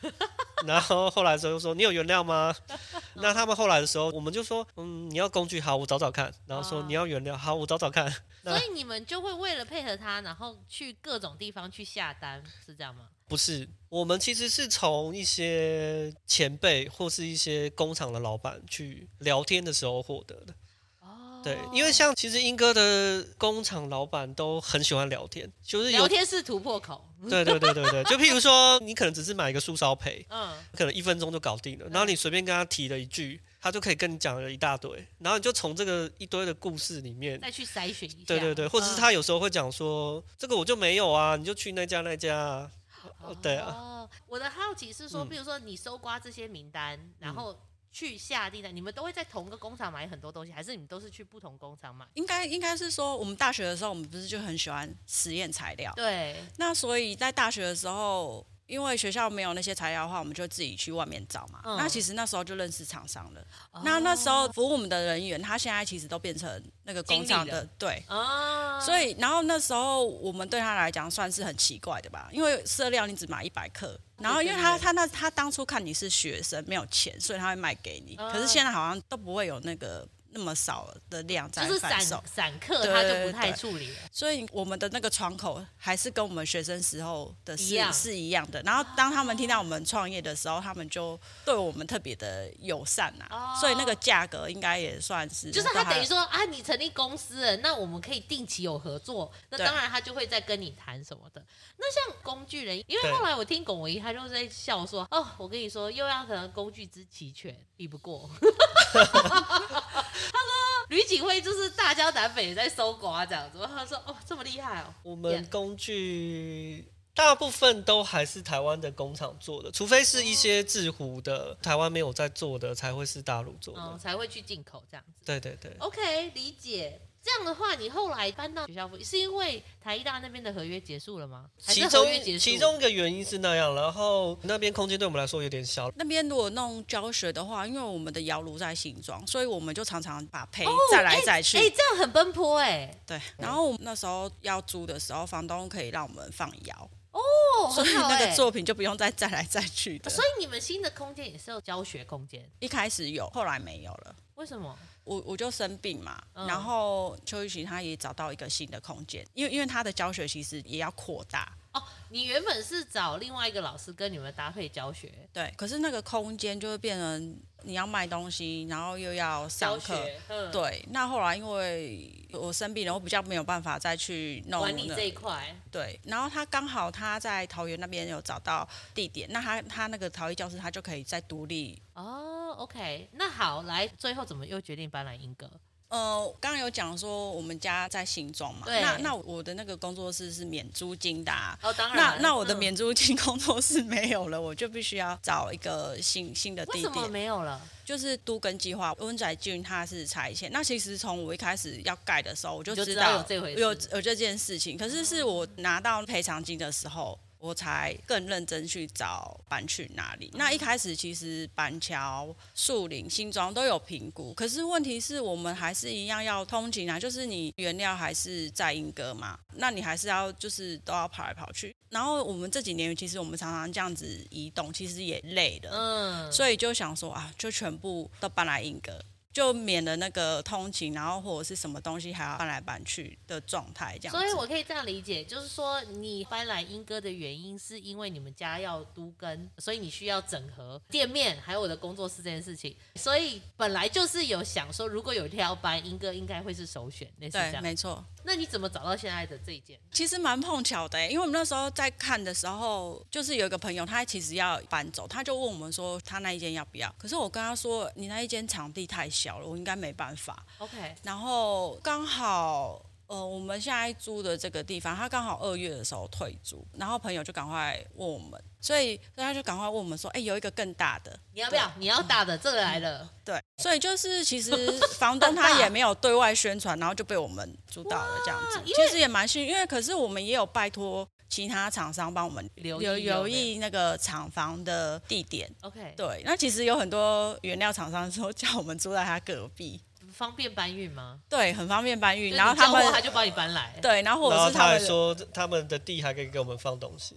[SPEAKER 2] 然后后来的时候又说：“你有原料吗？”那他们后来的时候，我们就说：“嗯，你要工具好，我找找看。”然后说：“
[SPEAKER 1] 啊
[SPEAKER 2] 你要原料好，我找找看。”
[SPEAKER 1] 所以你们就会为了配合他，然后去各种地方去下单，是这样吗？
[SPEAKER 2] 不是，我们其实是从一些前辈或是一些工厂的老板去聊天的时候获得的。
[SPEAKER 1] 哦
[SPEAKER 2] 对，因为像其实英哥的工厂老板都很喜欢聊天，就是有
[SPEAKER 1] 聊天是突破口。
[SPEAKER 2] 对对对对对，就譬如说你可能只是买一个素烧培，
[SPEAKER 1] 嗯，
[SPEAKER 2] 可能一分钟就搞定了，然后你随便跟他提了一句，他就可以跟你讲了一大堆，然后你就从这个一堆的故事里面
[SPEAKER 1] 再去筛选一下。
[SPEAKER 2] 对对对，或者是
[SPEAKER 1] 嗯
[SPEAKER 2] 他有时候会讲说，这个我就没有啊，你就去那家那家啊，哦对啊，
[SPEAKER 1] 哦，我的好奇是说，
[SPEAKER 2] 嗯
[SPEAKER 1] 比如说你搜刮这些名单，
[SPEAKER 3] 嗯
[SPEAKER 1] 然后去下订单，你们都会在同个工厂买很多东西，还是你们都是去不同工厂买？
[SPEAKER 3] 应该应该是说，我们大学的时候，我们不是就很喜欢实验材料？
[SPEAKER 1] 对，
[SPEAKER 3] 那所以在大学的时候，因为学校没有那些材料的话，我们就自己去外面找嘛。
[SPEAKER 1] 嗯哦
[SPEAKER 3] 那其实那时候就认识厂商了。那那时候服务我们的人员，他现在其实都变成那个工厂
[SPEAKER 1] 经理
[SPEAKER 3] 的
[SPEAKER 1] 人，
[SPEAKER 3] 对。
[SPEAKER 1] 啊，
[SPEAKER 3] 所以，然后那时候我们对他来讲算是很奇怪的吧，因为色料你只买一百克，然后因为他
[SPEAKER 1] 对对对
[SPEAKER 3] 他那他当初看你是学生没有钱，所以他会卖给你，
[SPEAKER 1] 嗯
[SPEAKER 3] 可是现在好像都不会有那个那么少的量
[SPEAKER 1] 就
[SPEAKER 3] 在
[SPEAKER 1] 是散
[SPEAKER 3] 贩售，
[SPEAKER 1] 散客，
[SPEAKER 3] 对
[SPEAKER 1] 他就不太
[SPEAKER 3] 对
[SPEAKER 1] 处理了。
[SPEAKER 3] 所以我们的那个窗口还是跟我们学生时候的
[SPEAKER 1] 一
[SPEAKER 3] 是
[SPEAKER 1] 样
[SPEAKER 3] 是一样的。然后当他们听到我们创业的时候，他们就对我们特别的友善呐、
[SPEAKER 1] 哦
[SPEAKER 3] 所以那个价格应该也算是
[SPEAKER 1] 就是他
[SPEAKER 3] 对
[SPEAKER 1] 等于说啊，你成立公司了，那我们可以定期有合作，那
[SPEAKER 3] 对
[SPEAKER 1] 当然他就会再跟你谈什么的。那像工具人，因为
[SPEAKER 2] 对
[SPEAKER 1] 后来我听龚维他就在笑说，哦，我跟你说，又要可能工具之齐全，比不过。 [laughs] 他说吕景辉就是大江南北在搜刮这样子，他说哦这么厉害哦，
[SPEAKER 2] 我
[SPEAKER 1] Yeah
[SPEAKER 2] 们工具大部分都还是台湾的工厂做的，除非是一些制服的，台湾没有在做的，才会是大陆做的。
[SPEAKER 1] 哦，才会去进口这样子。
[SPEAKER 2] 对对对，
[SPEAKER 1] OK，理解。这样的话，你后来搬到学校附近，是因为台医大那边的合约结束了吗？还
[SPEAKER 2] 其
[SPEAKER 1] 是
[SPEAKER 2] 中
[SPEAKER 1] 合约结束？
[SPEAKER 2] 其中一个原因是那样，然后那边空间对我们来说有点小，
[SPEAKER 3] 那边如果弄教学的话，因为我们的窑炉在新庄，所以我们就常常把胚
[SPEAKER 1] 哦
[SPEAKER 3] 再来再去。
[SPEAKER 1] 哎、这样很奔波哎、
[SPEAKER 3] 对，然后我们那时候要租的时候，房东可以让我们放窑，
[SPEAKER 1] 哦，
[SPEAKER 3] 所以
[SPEAKER 1] 很好
[SPEAKER 3] [laughs] 那
[SPEAKER 1] 哎、
[SPEAKER 3] 个作品就不用再再来再去的。
[SPEAKER 1] 所以你们新的空间也是有教学空间，
[SPEAKER 3] 一开始有，后来没有了。
[SPEAKER 1] 为什么？
[SPEAKER 3] 我我就生病嘛，
[SPEAKER 1] 嗯
[SPEAKER 3] 然后邱玉琪她也找到一个新的空间，因为因为她的教学其实也要扩大，
[SPEAKER 1] 哦，你原本是找另外一个老师跟你们搭配教学，
[SPEAKER 3] 对，可是那个空间就会变成你要卖东西，然后又要上
[SPEAKER 1] 教
[SPEAKER 3] 课，
[SPEAKER 1] 学，嗯，
[SPEAKER 3] 对。那后来因为我生病了，我比较没有办法再去弄
[SPEAKER 1] 管理
[SPEAKER 3] 那
[SPEAKER 1] 这一块，
[SPEAKER 3] 对，然后他刚好他在桃园那边有找到地点，那他他那个陶艺教室他就可以再独立。
[SPEAKER 1] 哦，OK，那好，来，最后怎么又决定搬来英格？
[SPEAKER 3] 呃，刚刚有讲说我们家在新庄嘛，
[SPEAKER 1] 对
[SPEAKER 3] 那那我的那个工作室是免租金的、啊，
[SPEAKER 1] 哦，当
[SPEAKER 3] 那
[SPEAKER 1] 然，
[SPEAKER 3] 那我的
[SPEAKER 1] 嗯
[SPEAKER 3] 免租金工作室没有了，我就必须要找一个新新的
[SPEAKER 1] 为
[SPEAKER 3] 地
[SPEAKER 1] 什么
[SPEAKER 3] 点，
[SPEAKER 1] 没有了？
[SPEAKER 3] 就是都更计划。温宅郡它是拆迁，那其实从我一开始要盖的时候，我就
[SPEAKER 1] 你就
[SPEAKER 3] 知
[SPEAKER 1] 知道
[SPEAKER 3] 道
[SPEAKER 1] 有这回事
[SPEAKER 3] 有有这件事情，可是是我拿到赔偿金的时候。我才更认真去找搬去哪里。那一开始其实板桥、树林、新庄都有评估，可是问题是我们还是一样要通勤啊，就是你原料还是在英歌嘛，那你还是要就是都要跑来跑去。然后我们这几年其实我们常常这样子移动，其实也累了。
[SPEAKER 1] 嗯，
[SPEAKER 3] 所以就想说啊，就全部都搬来英格，就免了那个通勤，然后或者是什么东西还要搬来搬去的状态，这样子。
[SPEAKER 1] 所以我可以这样理解，就是说你搬来英歌的原因，是因为你们家要都跟，所以你需要整合店面还有我的工作室这件事情。所以本来就是有想说，如果有一天要搬英歌，应该会是首选，类似这
[SPEAKER 3] 对，
[SPEAKER 1] 样。
[SPEAKER 3] 没错。
[SPEAKER 1] 那你怎么找到现在的这一件？
[SPEAKER 3] 其实蛮碰巧的欸、因为我们那时候在看的时候，就是有一个朋友，他其实要搬走，他就问我们说他那一间要不要？可是我跟他说，你那一间场地太小了，我应该没办法。
[SPEAKER 1] OK，
[SPEAKER 3] 然后刚好呃，我们现在租的这个地方，他刚好二月的时候退租，然后朋友就赶快问我们，所以所以他就赶快问我们说，哎、有一个更大的。
[SPEAKER 1] 你要不要？你要大的这个来了，
[SPEAKER 3] 对，所以就是
[SPEAKER 1] [laughs]
[SPEAKER 3] 其实房东他也没有对外宣传，然后就被我们租到了这样子
[SPEAKER 1] 哇，因为
[SPEAKER 3] 其实也蛮幸运，因为可是我们也有拜托其他厂商帮我们
[SPEAKER 1] 留
[SPEAKER 3] 留
[SPEAKER 1] 意
[SPEAKER 3] 留
[SPEAKER 1] 有没有
[SPEAKER 3] 意那个厂房的地点。
[SPEAKER 1] OK，
[SPEAKER 3] 对，那其实有很多原料厂商说叫我们租在他隔壁，
[SPEAKER 1] 方便搬运吗？
[SPEAKER 3] 对，很方便搬运，
[SPEAKER 1] 就是
[SPEAKER 3] 然后
[SPEAKER 1] 你
[SPEAKER 3] 他
[SPEAKER 1] 交货
[SPEAKER 3] 们
[SPEAKER 1] 他就帮你搬来。
[SPEAKER 3] 对，然后或
[SPEAKER 2] 然
[SPEAKER 3] 者
[SPEAKER 2] 后
[SPEAKER 3] 是
[SPEAKER 2] 他还
[SPEAKER 3] 们
[SPEAKER 2] 说他们的地还可以给我们放东西，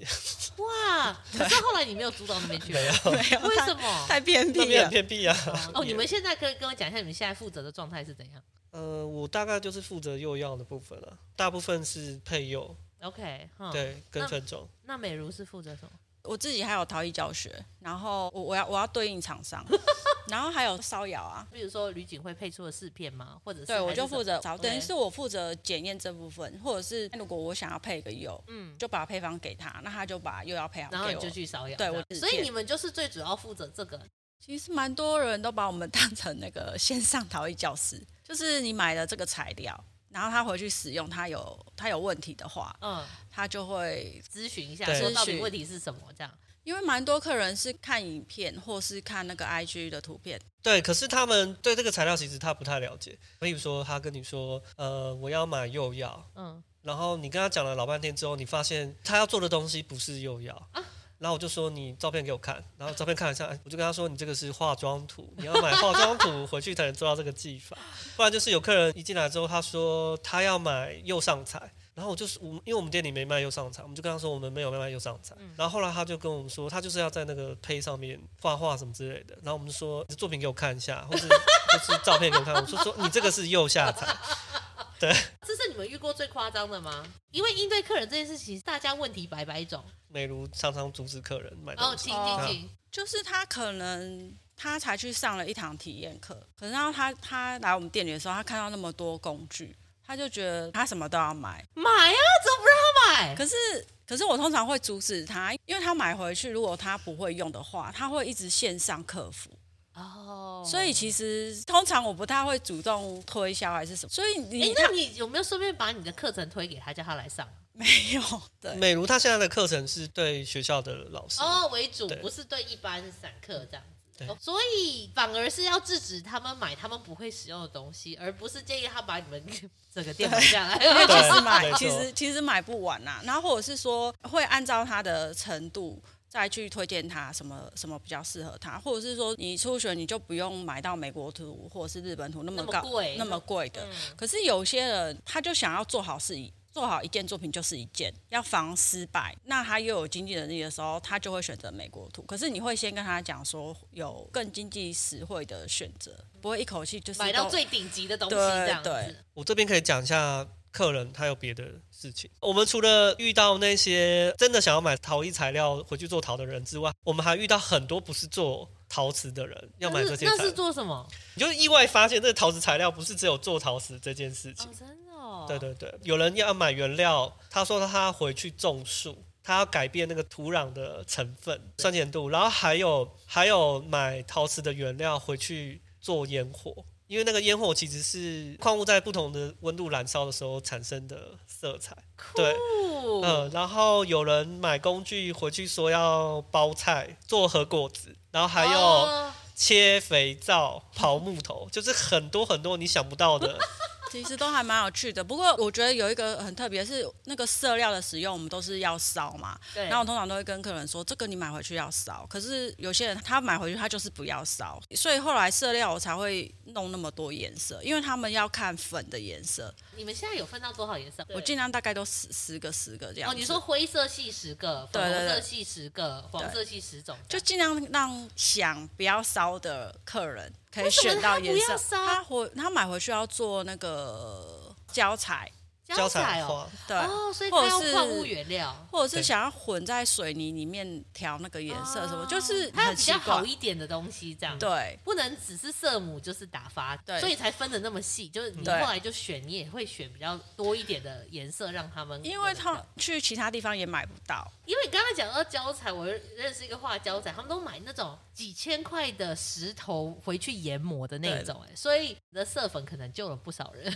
[SPEAKER 1] 哇！可是后来你没有租到那边去，
[SPEAKER 2] 没有，
[SPEAKER 3] 没有
[SPEAKER 1] 为
[SPEAKER 3] 太
[SPEAKER 1] 什么？
[SPEAKER 3] 太偏
[SPEAKER 2] 那
[SPEAKER 3] 僻
[SPEAKER 2] 边很
[SPEAKER 3] 了。
[SPEAKER 2] 偏僻啊。
[SPEAKER 1] [laughs] 哦，你们现在可以跟我讲一下你们现在负责的状态是怎样
[SPEAKER 2] 呃，我大概就是负责幼药的部分了，大部分是配幼，
[SPEAKER 1] ？OK，哈，
[SPEAKER 2] 对，
[SPEAKER 1] 哦那
[SPEAKER 2] 跟分种。
[SPEAKER 1] 那美如是负责什么？
[SPEAKER 3] 我自己还有陶艺教学，然后我我要我要对应
[SPEAKER 1] [laughs]
[SPEAKER 3] 厂商，然后还有烧窑啊，
[SPEAKER 1] 比如说吕景会配出的试片吗？或者是
[SPEAKER 3] 对我就负责
[SPEAKER 1] 找，
[SPEAKER 3] 烧，等于是我负责检验这部分，或者是如果我想要配一个釉，
[SPEAKER 1] 嗯，
[SPEAKER 3] 就把配方给他，那他就把釉要配好
[SPEAKER 1] 然后
[SPEAKER 3] 给
[SPEAKER 1] 你
[SPEAKER 3] 我
[SPEAKER 1] 就。去烧窑。
[SPEAKER 3] 对
[SPEAKER 1] 这样
[SPEAKER 3] 我只
[SPEAKER 1] 所以
[SPEAKER 3] 见
[SPEAKER 1] 你们就是最主要负责这个。
[SPEAKER 3] 其实蛮多人都把我们当成那个线上陶艺教师，就是你买了这个材料，然后他回去使用，他有他有问题的话，
[SPEAKER 1] 嗯，
[SPEAKER 3] 他就会
[SPEAKER 1] 咨询一下，
[SPEAKER 2] 对
[SPEAKER 1] 说到底
[SPEAKER 3] 咨询
[SPEAKER 1] 问题是什么？这样
[SPEAKER 3] 因为蛮多客人是看影片或是看那个 IG 的图片，
[SPEAKER 2] 对，可是他们对这个材料其实他不太了解。比如说，他跟你说，呃，我要买幼药，
[SPEAKER 1] 嗯，
[SPEAKER 2] 然后你跟他讲了老半天之后，你发现他要做的东西不是幼药。然后我就说你照片给我看，然后照片看了一下，哎我就跟他说你这个是化妆图，你要买化妆图回去才能做到这个技法， [laughs] 不然就是有客人一进来之后，他说他要买釉上彩，然后我就是我们因为我们店里没卖釉上彩，我们就跟他说我们没有卖釉上彩，然后后来他就跟我们说他就是要在那个胚上面画画什么之类的，然后我们就说你的作品给我看一下，或是就是照片给我看，我就说你这个是釉下彩，
[SPEAKER 1] 这是你们遇过最夸张的吗？因为应对客人这件事情，大家问题百百种。
[SPEAKER 2] 美如常常阻止客人买东
[SPEAKER 1] 哦，
[SPEAKER 2] 西。
[SPEAKER 1] 请
[SPEAKER 3] 哦
[SPEAKER 1] 请请，
[SPEAKER 3] 就是他可能他才去上了一堂体验课，可是然后他他来我们店里的时候，他看到那么多工具，他就觉得他什么都要买。
[SPEAKER 1] 买啊，怎么不让他买？
[SPEAKER 3] 可是可是我通常会阻止他，因为他买回去如果他不会用的话，他会一直线上客服。
[SPEAKER 4] 哦，
[SPEAKER 3] 所以其实通常我不太会主动推销还是什么，所
[SPEAKER 1] 哎、
[SPEAKER 3] 以你
[SPEAKER 1] 那
[SPEAKER 3] 看
[SPEAKER 1] 你有没有顺便把你的课程推给他，叫他来上？
[SPEAKER 3] [laughs] 没有对
[SPEAKER 2] 美如她现在的课程是对学校的老师，
[SPEAKER 1] 哦，为主，
[SPEAKER 2] 对
[SPEAKER 1] 不是对一般散客这样子。
[SPEAKER 2] 对
[SPEAKER 1] 哦所以反而是要制止他们买他们不会使用的东西，而不是建议他把你们整个店买下来。
[SPEAKER 3] 因为
[SPEAKER 2] 对
[SPEAKER 3] 其实
[SPEAKER 2] 没
[SPEAKER 3] 买
[SPEAKER 2] 错
[SPEAKER 3] 其实其实买不完啊呐、然后或者是说会按照他的程度。再去推荐他什么什么比较适合他，或者是说你初学你就不用买到美国图或者是日本图那么
[SPEAKER 1] 那么
[SPEAKER 3] 高
[SPEAKER 1] 贵
[SPEAKER 3] 那么贵的，
[SPEAKER 1] 嗯
[SPEAKER 3] 可是有些人他就想要做好事，做好一件作品就是一件，要防失败。那他又有经济能力的时候，他就会选择美国图。可是你会先跟他讲说有更经济实惠的选择，不会一口气就
[SPEAKER 1] [laughs]
[SPEAKER 3] 是
[SPEAKER 1] 买到
[SPEAKER 3] 都
[SPEAKER 1] 最顶级的东西这样
[SPEAKER 3] 对对
[SPEAKER 1] 子。
[SPEAKER 2] 我这边可以讲一下客人他有别的事情。我们除了遇到那些真的想要买陶艺材料回去做陶的人之外，我们还遇到很多不是做陶瓷的人要买这些
[SPEAKER 1] 哦那是
[SPEAKER 2] 材
[SPEAKER 1] 那是
[SPEAKER 2] 料，
[SPEAKER 1] 做什么？
[SPEAKER 2] 你就意外发现这个陶瓷材料不是只有做陶瓷这件事情
[SPEAKER 1] 哦，。真的哦。
[SPEAKER 2] 对对对，有人要买原料，他说他要回去种树，他要改变那个土壤的成分、酸碱度，然后还有还有买陶瓷的原料回去做烟火，因为那个烟火其实是矿物在不同的温度燃烧的时候产生的色彩。对，
[SPEAKER 1] 酷。
[SPEAKER 2] 嗯，然后有人买工具回去说要包菜、做核果子，然后还有。
[SPEAKER 1] 哦
[SPEAKER 2] 切肥皂、刨木头，就是很多很多你想不到的。
[SPEAKER 3] 其实都还蛮有趣的。不过我觉得有一个很特别是那个色料的使用，我们都是要烧嘛。
[SPEAKER 1] 对，
[SPEAKER 3] 然后我通常都会跟客人说，这个你买回去要烧。可是有些人他买回去他就是不要烧，所以后来色料我才会弄那么多颜色，因为他们要看粉的颜色。
[SPEAKER 1] 你们现在有分到多少颜色？
[SPEAKER 3] 我尽量大概都十十个十个这样
[SPEAKER 1] 哦，
[SPEAKER 3] 子。
[SPEAKER 1] 你说灰色系十个，粉
[SPEAKER 3] 对对
[SPEAKER 1] 红色
[SPEAKER 3] 对
[SPEAKER 1] 系十个，黄色系十种这
[SPEAKER 3] 就
[SPEAKER 1] 样，
[SPEAKER 3] 尽量让想不要烧的客人可以
[SPEAKER 1] 为什么
[SPEAKER 3] 选到
[SPEAKER 1] 他不
[SPEAKER 3] 颜色
[SPEAKER 1] 要。烧
[SPEAKER 3] 他回他买回去要做那个胶彩，
[SPEAKER 2] 胶
[SPEAKER 1] 彩
[SPEAKER 2] 彩
[SPEAKER 1] 哦。
[SPEAKER 2] 花，
[SPEAKER 3] 对。
[SPEAKER 1] 哦，所以
[SPEAKER 3] 或
[SPEAKER 1] 它
[SPEAKER 3] 者
[SPEAKER 1] 要
[SPEAKER 3] 是
[SPEAKER 1] 矿物原料，
[SPEAKER 3] 或者是
[SPEAKER 2] 对
[SPEAKER 3] 想要混在水泥里面调那个颜色什么，
[SPEAKER 1] 哦
[SPEAKER 3] 就是
[SPEAKER 1] 它要
[SPEAKER 3] 很
[SPEAKER 1] 比
[SPEAKER 3] 奇
[SPEAKER 1] 较
[SPEAKER 3] 怪
[SPEAKER 1] 好。一点的东西这样。
[SPEAKER 3] 对，
[SPEAKER 1] 不能只是色母就是打发，
[SPEAKER 3] 对嗯
[SPEAKER 1] 所以才分的那么细。就是你后
[SPEAKER 3] 对
[SPEAKER 1] 来就选，你也会选比较多一点的颜色让他们。
[SPEAKER 3] 因为他去其他地方也买不到。
[SPEAKER 1] 因为你刚刚讲到胶彩，我认识一个画胶彩，他们都买那种几千块的石头回去研磨的那种、哎，所以你的色粉可能救了不少
[SPEAKER 3] [laughs]
[SPEAKER 1] 人。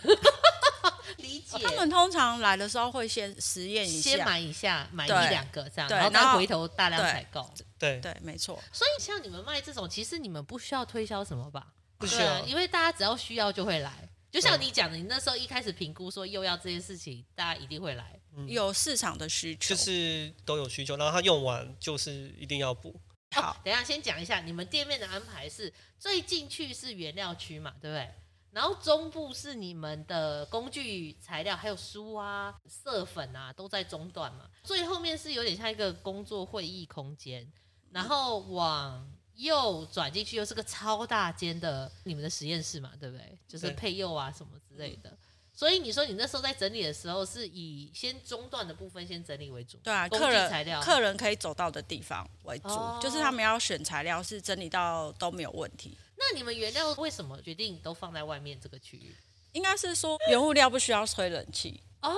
[SPEAKER 1] 理解，
[SPEAKER 3] 哦他们通常来的时候会先实验一
[SPEAKER 1] 先
[SPEAKER 3] 下，
[SPEAKER 1] 买一下，买一
[SPEAKER 3] 对
[SPEAKER 1] 两个这样，
[SPEAKER 3] 对
[SPEAKER 1] 然后
[SPEAKER 3] 然
[SPEAKER 1] 再
[SPEAKER 3] 后
[SPEAKER 1] 回头大量
[SPEAKER 3] 对
[SPEAKER 1] 采购。
[SPEAKER 2] 对，
[SPEAKER 3] 对，没错，
[SPEAKER 1] 所以像你们卖这种，其实你们不需要推销什么吧？
[SPEAKER 2] 不需
[SPEAKER 1] 对啊
[SPEAKER 2] 要，
[SPEAKER 1] 因为大家只要需要就会来。就像
[SPEAKER 2] 对
[SPEAKER 1] 你讲的，你那时候一开始评估说又要这件事情，大家一定会来。
[SPEAKER 2] 嗯
[SPEAKER 3] 有市场的需
[SPEAKER 2] 就
[SPEAKER 3] 求。
[SPEAKER 2] 是都有需求，然后他用完就是一定要补。
[SPEAKER 3] 好，
[SPEAKER 1] 等一下先讲一下你们店面的安排是最进去是原料区嘛，对不对？然后中部是你们的工具材料，还有书啊、色粉啊，都在中段嘛。最后面是有点像一个工作会议空间，然后往右转进去又是个超大间的你们的实验室嘛，对不对？就是
[SPEAKER 2] 对
[SPEAKER 1] 配釉啊什么之类的。所以你说你那时候在整理的时候，是以先中段的部分先整理为主，
[SPEAKER 3] 对啊，
[SPEAKER 1] 工
[SPEAKER 3] 客
[SPEAKER 1] 具材料
[SPEAKER 3] 人客人可以走到的地方为主，
[SPEAKER 1] 哦
[SPEAKER 3] 就是他们要选材料是整理到都没有问题。
[SPEAKER 1] 那你们原料为什么决定都放在外面这个区域？
[SPEAKER 3] 应该是说原物料不需要吹冷气
[SPEAKER 1] 哦，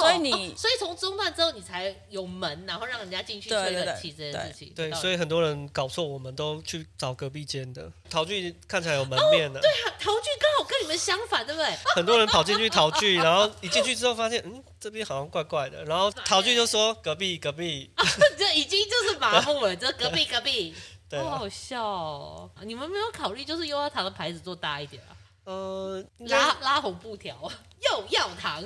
[SPEAKER 3] 所以你
[SPEAKER 1] 哦所以从中断之后你才有门，然后让人家进去
[SPEAKER 3] 对
[SPEAKER 1] 吹
[SPEAKER 3] 对
[SPEAKER 1] 冷
[SPEAKER 3] 对
[SPEAKER 1] 气这件事情。
[SPEAKER 2] 对，
[SPEAKER 1] 到底
[SPEAKER 2] 所以很多人搞错，我们都去找隔壁间的陶具，看起来有门面的，
[SPEAKER 1] 啊陶具刚好跟你们相反，对不
[SPEAKER 3] [laughs]
[SPEAKER 1] 哦对？
[SPEAKER 2] 很多人跑进去陶具，然后一进去之后发现，嗯，这边好像怪怪的，然后陶具就说隔壁隔壁，
[SPEAKER 1] 啊这已经就是麻木了，这隔壁隔
[SPEAKER 3] [laughs]
[SPEAKER 1] 壁，
[SPEAKER 2] 对
[SPEAKER 1] 好
[SPEAKER 2] 啊，
[SPEAKER 1] 好笑哦！你们没有考虑就是优药堂的牌子做大一点啊，
[SPEAKER 2] 呃，应该
[SPEAKER 1] 拉拉红布条，啊 [laughs] 幼药
[SPEAKER 3] [laughs]
[SPEAKER 1] 堂，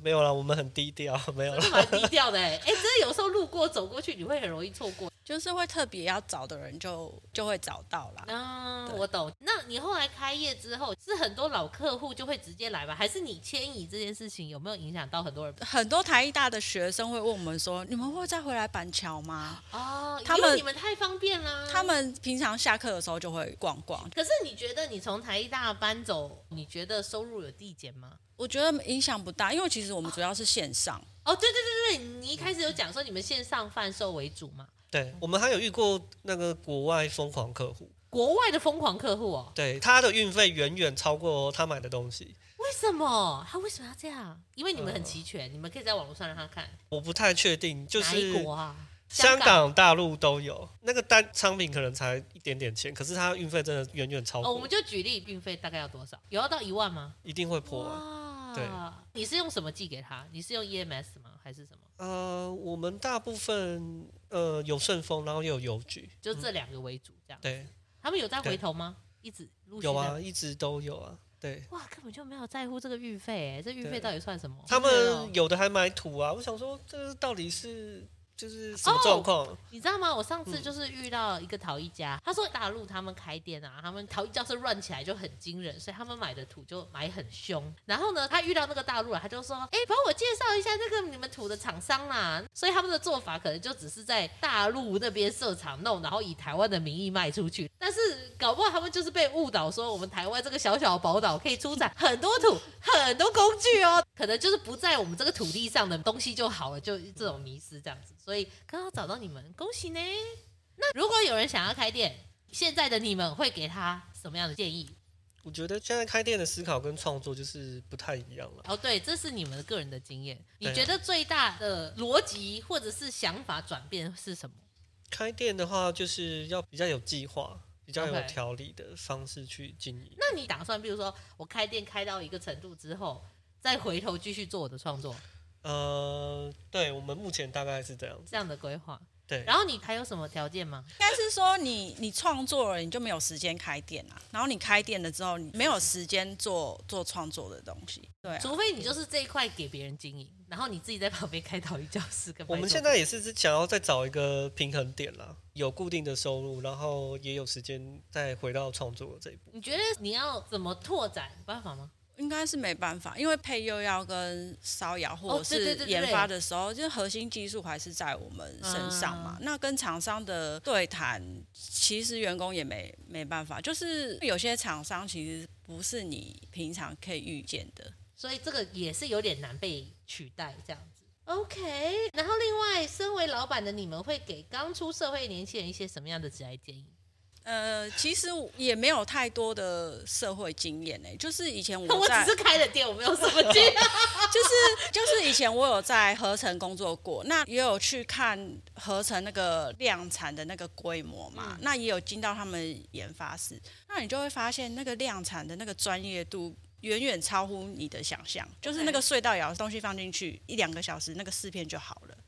[SPEAKER 2] 没有了，我们很低调，没有了
[SPEAKER 1] 这，蛮低调的哎。哎，真的有时候路过走过去，你会很容易错过。
[SPEAKER 3] 就是会特别要找的人就就会找到啦。
[SPEAKER 1] 嗯，
[SPEAKER 3] 对
[SPEAKER 1] 我懂。那你后来开业之后，是很多老客户就会直接来吗？还是你迁移这件事情有没有影响到很多人？
[SPEAKER 3] 很多台艺大的学生会问我们说：“你们会再回来板桥吗
[SPEAKER 1] 哦，
[SPEAKER 3] 他
[SPEAKER 1] 因为
[SPEAKER 3] 们
[SPEAKER 1] 你们太方便啦。？”
[SPEAKER 3] 他，们平常下课的时候就会逛逛，
[SPEAKER 1] 可是你觉得你从台一大搬走，你觉得收入有递减吗？
[SPEAKER 3] 我觉得影响不大，因为其实我们主要是线上。
[SPEAKER 1] 哦，对对对对，你一开始有讲说你们线上贩售为主嘛，
[SPEAKER 2] 对，我们还有遇过那个国外疯狂客户，
[SPEAKER 1] 国外的疯狂客户哦，
[SPEAKER 2] 对，他的运费远远超过他买的东西，
[SPEAKER 1] 为什么他为什么要这样？因为你们很
[SPEAKER 2] 呃
[SPEAKER 1] 齐全，你们可以在网络上让他看
[SPEAKER 2] 我不太确定，就
[SPEAKER 1] 哪一
[SPEAKER 2] 是
[SPEAKER 1] 国啊？
[SPEAKER 2] 香
[SPEAKER 1] 香港
[SPEAKER 2] 港、大陆都有。那个单商品可能才一点点钱，可是它运费真的远远超
[SPEAKER 1] 哦，
[SPEAKER 2] 过，
[SPEAKER 1] 我们就举例，运费大概要多少？有要到一万吗？
[SPEAKER 2] 一定会破啊。
[SPEAKER 1] 哇
[SPEAKER 2] 对，
[SPEAKER 1] 你是用什么寄给他？你是用 EMS 吗？还是什么？
[SPEAKER 2] 呃，我们大部分呃有顺丰，然后也有邮局，
[SPEAKER 1] 就这两个为主这样。
[SPEAKER 2] 嗯对，
[SPEAKER 1] 他们有在回
[SPEAKER 2] 对
[SPEAKER 1] 头吗？一直陆续
[SPEAKER 2] 有
[SPEAKER 1] 在
[SPEAKER 2] 啊，一直都有啊。对
[SPEAKER 1] 哇，根本就没有在乎这个运费，哎，这运费
[SPEAKER 2] 对
[SPEAKER 1] 到底算什么？
[SPEAKER 2] 他
[SPEAKER 1] 对哦
[SPEAKER 2] 们有的还买土啊，我想说这到底是就是什么状况？
[SPEAKER 1] 你知道吗？我上次
[SPEAKER 2] 嗯
[SPEAKER 1] 就是遇到一个陶艺家，他说大陆他们开店啊，他们陶艺教室乱起来就很惊人，所以他们买的土就买很凶。然后呢，他遇到那个大陆人，他就说：“哎、帮我介绍一下这个你们土的厂商啦。”所以他们的做法可能就只是在大陆那边设厂弄，然后以台湾的名义卖出去。但是搞不好他们就是被误导，说我们台湾这个小小的宝岛可以出产很多土、很多工具哦，可能就是不在我们这个土地上的东西就好了，就这种迷失这样子。所以刚好找到你们，恭喜呢。那如果有人想要开店，现在的你们会给他什么样的建议？
[SPEAKER 2] 我觉得现在开店的思考跟创作就是不太一样了。
[SPEAKER 1] 哦，对，这是你们的个人的经验。你
[SPEAKER 2] 对啊
[SPEAKER 1] 觉得最大的逻辑或者是想法转变是什么？
[SPEAKER 2] 开店的话，就是要比较有计划、比较有
[SPEAKER 1] OK
[SPEAKER 2] 条理的方式去经营。
[SPEAKER 1] 那你打算，比如说我开店开到一个程度之后，再回头继续做我的创作，
[SPEAKER 2] 呃，对我们目前大概是这样子。
[SPEAKER 1] 这样的规划？
[SPEAKER 2] 对
[SPEAKER 1] 然后你还有什么条件吗？
[SPEAKER 3] 应该是说你你创作了，你就没有时间开店啊。然后你开店了之后，你没有时间做做创作的东西。对、啊，
[SPEAKER 1] 除非你就是这一块给别人经营，然后你自己在旁边开陶艺教室跟。
[SPEAKER 2] 我们现在也是想要再找一个平衡点啦，有固定的收入，然后也有时间再回到创作这一步。
[SPEAKER 1] 你觉得你要怎么拓展？有办法吗？
[SPEAKER 3] 应该是没办法，因为配又要跟烧窑或者
[SPEAKER 1] 哦对对
[SPEAKER 3] 是
[SPEAKER 1] 对对
[SPEAKER 3] 研发的时候，就是核心技术还是在我们身上
[SPEAKER 1] 啊
[SPEAKER 3] 嘛。那跟厂商的对谈，其实员工也没没办法，就是有些厂商其实不是你平常可以预见的。
[SPEAKER 1] 所以这个也是有点难被取代这样子。OK，然后另外，身为老板的你们会给刚出社会的年轻人一些什么样的职业建议？
[SPEAKER 3] 呃，其实也没有太多的社会经验呢、欸就是以前
[SPEAKER 1] [laughs]
[SPEAKER 3] 我
[SPEAKER 1] 我
[SPEAKER 3] 在
[SPEAKER 1] 只是开了店，我没有什么经
[SPEAKER 3] [laughs]
[SPEAKER 1] 验。
[SPEAKER 3] 就是就是以前我有在合成工作过，那也有去看合成那个量产的那个规模嘛，那也有进到他们研发室，那你就会发现那个量产的那个专业度。远远超乎你的想象，就是那个隧道窑东西放进去一两个小时，那个四片就好了。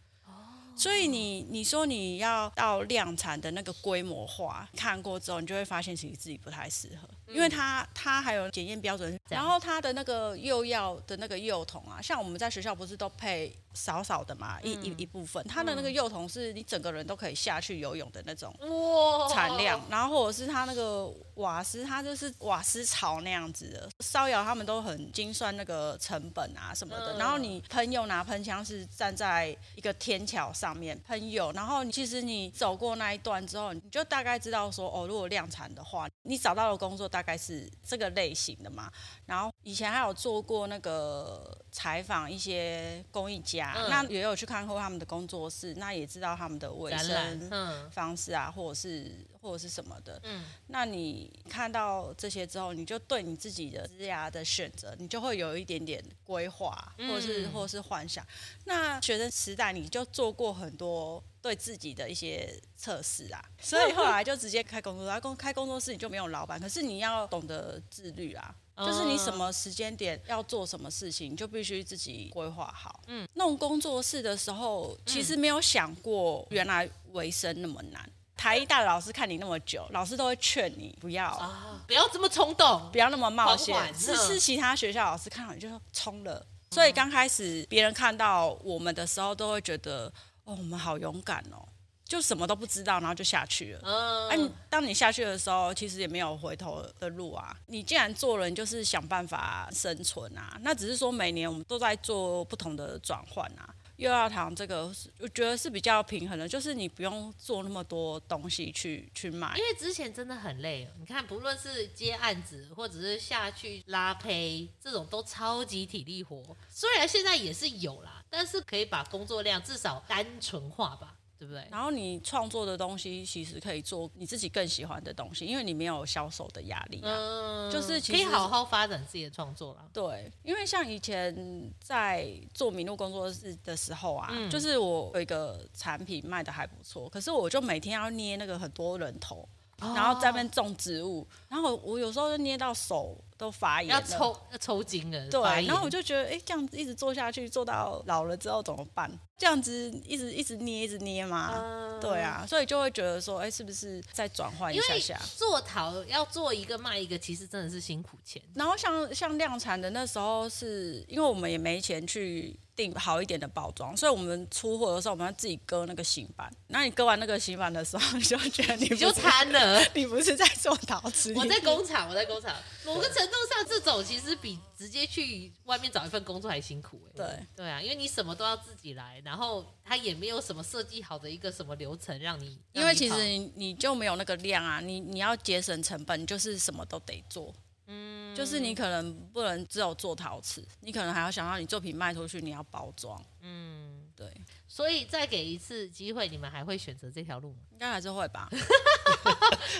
[SPEAKER 3] 所以你你说你要到量产的那个规模化，看过之后，你就会发现其实自己不太适合，因为它它还有检验标准，
[SPEAKER 1] 这样
[SPEAKER 3] 然后它的那个幼药的那个幼童啊，像我们在学校不是都配少少的嘛，一一一部分，它的那个幼童是你整个人都可以下去游泳的那种。
[SPEAKER 1] 哇
[SPEAKER 3] 产量，然后或者是它那个瓦斯，它就是瓦斯槽那样子的。烧窑他们都很精算那个成本啊什么的。
[SPEAKER 1] 嗯
[SPEAKER 3] 然后你喷油拿喷枪是站在一个天桥上面喷油，然后你其实你走过那一段之后，你就大概知道说哦，如果量产的话，你找到的工作大概是这个类型的嘛。然后以前还有做过那个采访一些工艺家，
[SPEAKER 1] 嗯
[SPEAKER 3] 那也有去看过他们的工作室，那也知道他们的卫
[SPEAKER 1] 展览
[SPEAKER 3] 生，
[SPEAKER 1] 嗯
[SPEAKER 3] 方式啊，或者是或者是什么的。
[SPEAKER 1] 嗯，
[SPEAKER 3] 那你看到这些之后，你就对你自己的职涯的选择，你就会有一点点规划，或者是、
[SPEAKER 1] 嗯
[SPEAKER 3] 或者是幻想。那学生时代你就做过很多对自己的一些测试啊，所以后来就直接开工作室。然后工开工作室你就没有老板，可是你要懂得自律啊。就是你什么时间点要做什么事情，你就必须自己规划好。嗯，弄工作室的时候，其实没有想过原来维生那么难。台一大的老师看你那么久，老师都会劝你不要、
[SPEAKER 1] 啊？不要这么冲动，
[SPEAKER 3] 不要那么冒险
[SPEAKER 1] 缓。缓
[SPEAKER 3] 是
[SPEAKER 1] 嗯
[SPEAKER 3] 是其他学校老师看到你就说冲了，所以刚开始别人看到我们的时候，都会觉得哦，我们好勇敢哦，就什么都不知道，然后就下去了。
[SPEAKER 1] 嗯，
[SPEAKER 3] 啊你，当你下去的时候，其实也没有回头的路啊。你既然做了，你就是想办法生存啊。那只是说每年我们都在做不同的转换啊。幼药堂这个是，我觉得是比较平衡的，就是你不用做那么多东西去去卖
[SPEAKER 1] 因。为之前真的很累，哦你看，不论是接案子或者是下去拉胚，这种都超级体力活。虽然现在也是有啦，但是可以把工作量至少单纯化吧，对对不对？
[SPEAKER 3] 然后你创作的东西其实可以做你自己更喜欢的东西，因为你没有销售的压力啊。
[SPEAKER 1] 嗯，
[SPEAKER 3] 就是其
[SPEAKER 1] 可以
[SPEAKER 3] 实
[SPEAKER 1] 好好发展自己的创作啦。
[SPEAKER 3] 对，因为像以前在做麋鹿工作室的时候啊，
[SPEAKER 1] 嗯
[SPEAKER 3] 就是我有一个产品卖的还不错，可是我就每天要捏那个很多人头，
[SPEAKER 1] 哦
[SPEAKER 3] 哦然后在那边种植物，然后我有时候就捏到手都发炎
[SPEAKER 1] 要
[SPEAKER 3] 了。
[SPEAKER 1] 抽要抽筋了，
[SPEAKER 3] 对
[SPEAKER 1] 发，炎
[SPEAKER 3] 然后我就觉得，哎、这样子一直做下去，做到老了之后怎么办？这样子一直一直捏，一直捏嘛，
[SPEAKER 1] 嗯
[SPEAKER 3] 对啊，所以就会觉得说，哎、是不是再转换一
[SPEAKER 1] 因
[SPEAKER 3] 下
[SPEAKER 1] 为
[SPEAKER 3] 下？
[SPEAKER 1] 做陶要做一个卖一个，其实真的是辛苦钱。
[SPEAKER 3] 然后像像量产的那时候是，因为我们也没钱去订好一点的包装，所以我们出货的时候我们要自己割那个型板。那你割完那个型板的时候，你 [laughs] 就觉得你不
[SPEAKER 1] 你就是瘫了。
[SPEAKER 3] 你不是在做陶
[SPEAKER 1] [laughs]
[SPEAKER 3] 瓷，
[SPEAKER 1] 我
[SPEAKER 3] 你
[SPEAKER 1] 在工厂，我在工厂，某个程度上，这种其实比直接去外面找一份工作还辛苦哎、
[SPEAKER 3] 对
[SPEAKER 1] 对啊，因为你什么都要自己来，然后他也没有什么设计好的一个什么流程让你，
[SPEAKER 3] 因为
[SPEAKER 1] 让你
[SPEAKER 3] 其
[SPEAKER 1] 跑
[SPEAKER 3] 实嗯你你就没有那个量啊，你你要节省成本，你就是什么都得做。嗯，就是你可能不能只有做陶瓷，你可能还要想到你作品卖出去，你要包装。
[SPEAKER 1] 嗯，
[SPEAKER 3] 对，
[SPEAKER 1] 所以再给一次机会，你们还会选择这条路吗？ [laughs]
[SPEAKER 3] 应该还是会吧？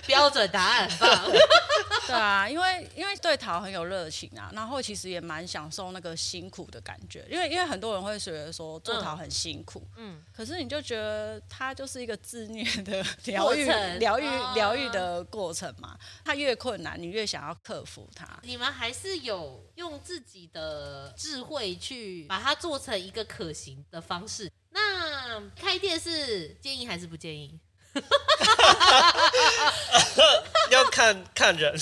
[SPEAKER 1] 标准答案，很棒
[SPEAKER 3] [laughs] 对啊，因为因为对陶很有热情啊，然后其实也蛮享受那个辛苦的感觉，因为因为很多人会觉得说做陶很辛苦，
[SPEAKER 1] 嗯
[SPEAKER 3] 可是你就觉得它就是一个自虐的 [laughs] 疗愈
[SPEAKER 1] 过程、
[SPEAKER 3] 疗愈
[SPEAKER 1] 啊、
[SPEAKER 3] 疗愈的过程嘛。它越困难，你越想要克服它。
[SPEAKER 1] 你们还是有用自己的智慧去把它做成一个可行的方式。那开店是建议还是不建议？
[SPEAKER 2] 要看看人，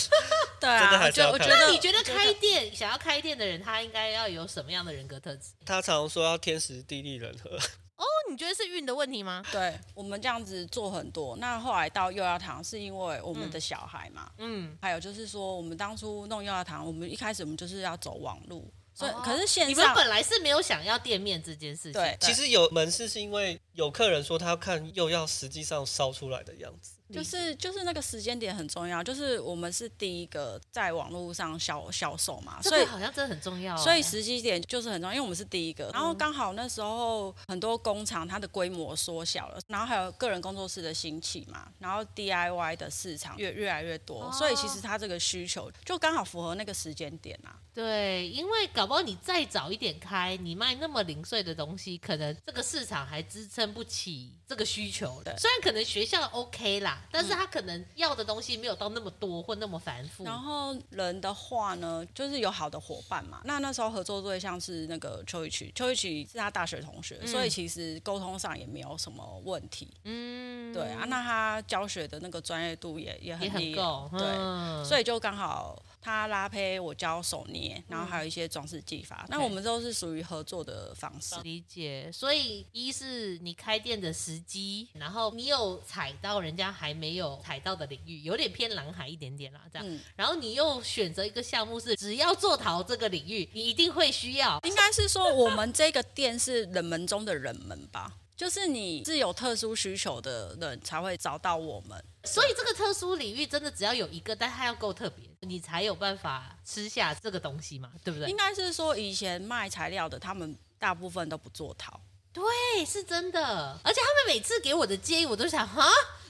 [SPEAKER 2] 真
[SPEAKER 3] 对
[SPEAKER 2] 的
[SPEAKER 3] 啊，
[SPEAKER 2] 还
[SPEAKER 3] 我
[SPEAKER 2] 是
[SPEAKER 3] 觉
[SPEAKER 2] 要
[SPEAKER 3] 得我觉
[SPEAKER 2] 看
[SPEAKER 3] 得
[SPEAKER 1] 那你觉得开店想要开店的人，他应该要有什么样的人格特质？
[SPEAKER 2] 他常说要天时地利人和，
[SPEAKER 5] 那你觉得是运的问题吗？
[SPEAKER 3] 对我们这样子做很多，那后来到幼儿堂是因为我们的小孩嘛，
[SPEAKER 1] 嗯，
[SPEAKER 3] 还有就是说我们当初弄幼儿堂，我们一开始我们就是要走网路，所以、
[SPEAKER 1] 哦
[SPEAKER 3] 可是线
[SPEAKER 1] 你们
[SPEAKER 3] 上
[SPEAKER 1] 本来是没有想要店面这件事情，
[SPEAKER 3] 对，
[SPEAKER 2] [laughs] 其实有门市是因为有客人说他要看幼药实际上烧出来的样子，
[SPEAKER 1] 嗯
[SPEAKER 3] 就是就是那个时间点很重要，就是我们是第一个在网络上销销售嘛，
[SPEAKER 1] 这
[SPEAKER 3] 所以
[SPEAKER 1] 个好欸嗯像真的很重要、哦
[SPEAKER 3] 所以时机点就是很重要，因为我们是第一个。然后刚好那时候很多工厂它的规模缩小了，然后还有个人工作室的兴起嘛，然后 DIY 的市场越越来越多，所以其
[SPEAKER 1] 哦
[SPEAKER 3] 实它这个需求就刚好符合那个时间点啊。
[SPEAKER 1] 对，因为搞不好你再早一点开，你卖那么零碎的东西，可能这个市场还支撑不起这个需求
[SPEAKER 3] 对嗯
[SPEAKER 1] 虽然可能学校 OK 啦，但是他可能要的东西没有到那么多或那么繁复。
[SPEAKER 3] 然后人的话呢，就是有好的伙伴嘛。那那时候合作对象是那个邱一曲，邱一曲是他大学同学，所以其实沟通上也没有什么问题。
[SPEAKER 1] 嗯，
[SPEAKER 3] 对啊，那他教学的那个专业度也也很
[SPEAKER 1] 也很
[SPEAKER 3] 厉害
[SPEAKER 1] 够。
[SPEAKER 3] 对，
[SPEAKER 1] 嗯
[SPEAKER 3] 所以就刚好他拉胚，我教手捏，然后还有一些装饰技
[SPEAKER 1] 嗯
[SPEAKER 3] 法。那我们都是属于合作的方式。
[SPEAKER 1] 理解，所以一是你开店的时机，然后你有踩到人家还没有踩到的领域，有点偏蓝海一点点啦，这样。
[SPEAKER 3] 嗯，
[SPEAKER 1] 然后你又选择一个项目是，只要做陶这个领域，你一定会需要。
[SPEAKER 3] 应该是说我们这个店是冷门中的冷门吧，就是你是有特殊需求的人才会找到我们。
[SPEAKER 1] 所以这个特殊领域真的只要有一个，但它要够特别，你才有办法吃下这个东西嘛，对不对
[SPEAKER 3] 应？该是说以前卖材料的，他们大部分都不做陶。
[SPEAKER 1] 对，是真的。而且他们每次给我的建议，我都想哈。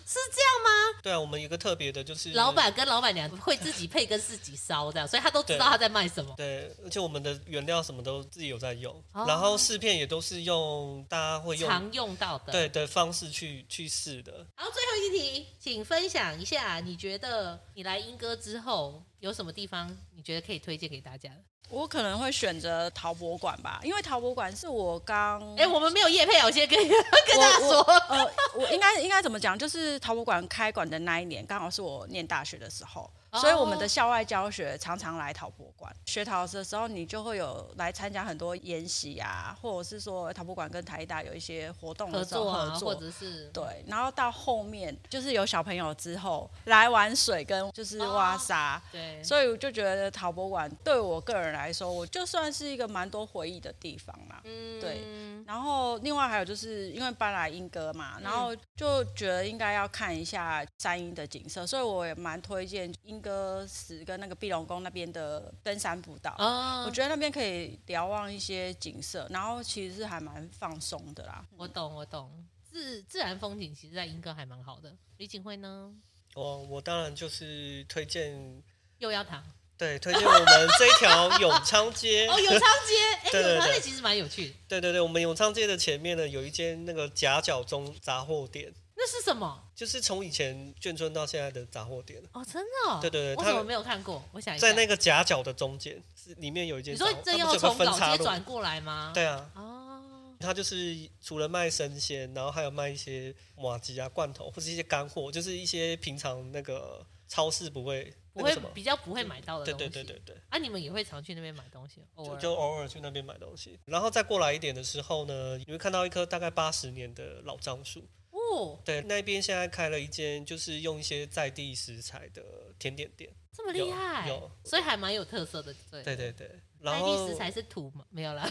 [SPEAKER 1] 是这样吗？
[SPEAKER 2] 对啊，我们有一个特别的就是
[SPEAKER 1] 老板跟老板娘会自己配跟自己烧这样，所以他都知道他在卖什么。
[SPEAKER 2] 对，而且我们的原料什么都自己有在用，
[SPEAKER 1] 哦
[SPEAKER 2] 然后试片也都是用大家会用
[SPEAKER 1] 常用到的。
[SPEAKER 2] 对的方式去去试的。
[SPEAKER 1] 好，最后一题，请分享一下，你觉得你来英歌之后有什么地方你觉得可以推荐给大家的？
[SPEAKER 3] 我可能会选择陶博馆吧，因为陶博馆是我刚
[SPEAKER 1] 哎、我们没有叶配哦，我先跟跟大家
[SPEAKER 3] 我我
[SPEAKER 1] 说，
[SPEAKER 3] 呃，我应该应该怎么讲？就是陶博馆开馆的那一年，刚好是我念大学的时候，
[SPEAKER 1] 哦
[SPEAKER 3] 所以我们的校外教学常常来陶博馆学陶瓷的时候，你就会有来参加很多研习啊，或者是说陶博馆跟台大有一些活动
[SPEAKER 1] 合
[SPEAKER 3] 的时候
[SPEAKER 1] 作啊，
[SPEAKER 3] 合
[SPEAKER 1] 或
[SPEAKER 3] 作。
[SPEAKER 1] 者是
[SPEAKER 3] 对，然后到后面就是有小朋友之后来玩水跟就是
[SPEAKER 1] 哦
[SPEAKER 3] 挖沙，
[SPEAKER 1] 对，
[SPEAKER 3] 所以我就觉得陶博馆对我个人来说，我就算是一个蛮多回忆的地方啦。
[SPEAKER 1] 嗯
[SPEAKER 3] 对然后另外还有就是因为搬来英歌嘛，然后就觉得应该要看一下山阴的景色，所以我也蛮推荐英歌石跟那个碧龙宫那边的登山步道。
[SPEAKER 1] 啊
[SPEAKER 3] 我觉得那边可以瞭望一些景色，然后其实是还蛮放松的啦。
[SPEAKER 1] 我懂，我懂。自自然风景其实在英歌还蛮好的。李景惠呢，
[SPEAKER 2] 我哦我当然就是推荐，
[SPEAKER 1] 又要堂
[SPEAKER 2] 对，推荐我们这一
[SPEAKER 1] [laughs]
[SPEAKER 2] 条永昌街。
[SPEAKER 1] 哦，永昌街，哎、
[SPEAKER 2] 对对
[SPEAKER 1] 永昌街
[SPEAKER 2] 对
[SPEAKER 1] 其实蛮有趣的。
[SPEAKER 2] 对对对，我们永昌街的前面呢，有一间那个夹角中杂货店，
[SPEAKER 1] 那是什么？
[SPEAKER 2] 就是从以前眷村到现在的杂货店，
[SPEAKER 1] 哦，真的、哦？
[SPEAKER 2] 对对对
[SPEAKER 1] 我
[SPEAKER 2] 它
[SPEAKER 1] 怎么没有看过？我想一下，
[SPEAKER 2] 在那个夹角的中间，是里面有一间
[SPEAKER 1] 哎你
[SPEAKER 2] 杂
[SPEAKER 1] 说
[SPEAKER 2] 货。
[SPEAKER 1] 这
[SPEAKER 2] 它不
[SPEAKER 1] 要
[SPEAKER 2] 是有个
[SPEAKER 1] 从
[SPEAKER 2] 分
[SPEAKER 1] 老
[SPEAKER 2] 岔
[SPEAKER 1] 街
[SPEAKER 2] 路？
[SPEAKER 1] 转过来吗？，
[SPEAKER 2] 对啊，
[SPEAKER 1] 哦，
[SPEAKER 2] 它就是除了卖生鲜，然后还有卖一些马吉啊、罐头或是一些干货，就是一些平常那个超市不会
[SPEAKER 1] 不
[SPEAKER 2] 那个
[SPEAKER 1] 会
[SPEAKER 2] 什么。
[SPEAKER 1] 比较不会买到的
[SPEAKER 2] 对
[SPEAKER 1] 东西。
[SPEAKER 2] 对对对对，
[SPEAKER 1] 啊，你们也会常去那边买东西，偶
[SPEAKER 2] 就
[SPEAKER 1] 尔
[SPEAKER 2] 就偶尔去那边买东西，然后再过来一点的时候呢，你会看到一棵大概八十年的老樟树。
[SPEAKER 1] 哦，
[SPEAKER 2] 对，那边现在开了一间，就是用一些在地食材的甜点店。
[SPEAKER 1] 这么厉害
[SPEAKER 2] 有有，
[SPEAKER 1] 所以还蛮有特色的。对，
[SPEAKER 2] 对对对，然
[SPEAKER 1] 在地
[SPEAKER 2] 后
[SPEAKER 1] 食材是土吗？没有
[SPEAKER 2] [laughs]
[SPEAKER 1] 啦，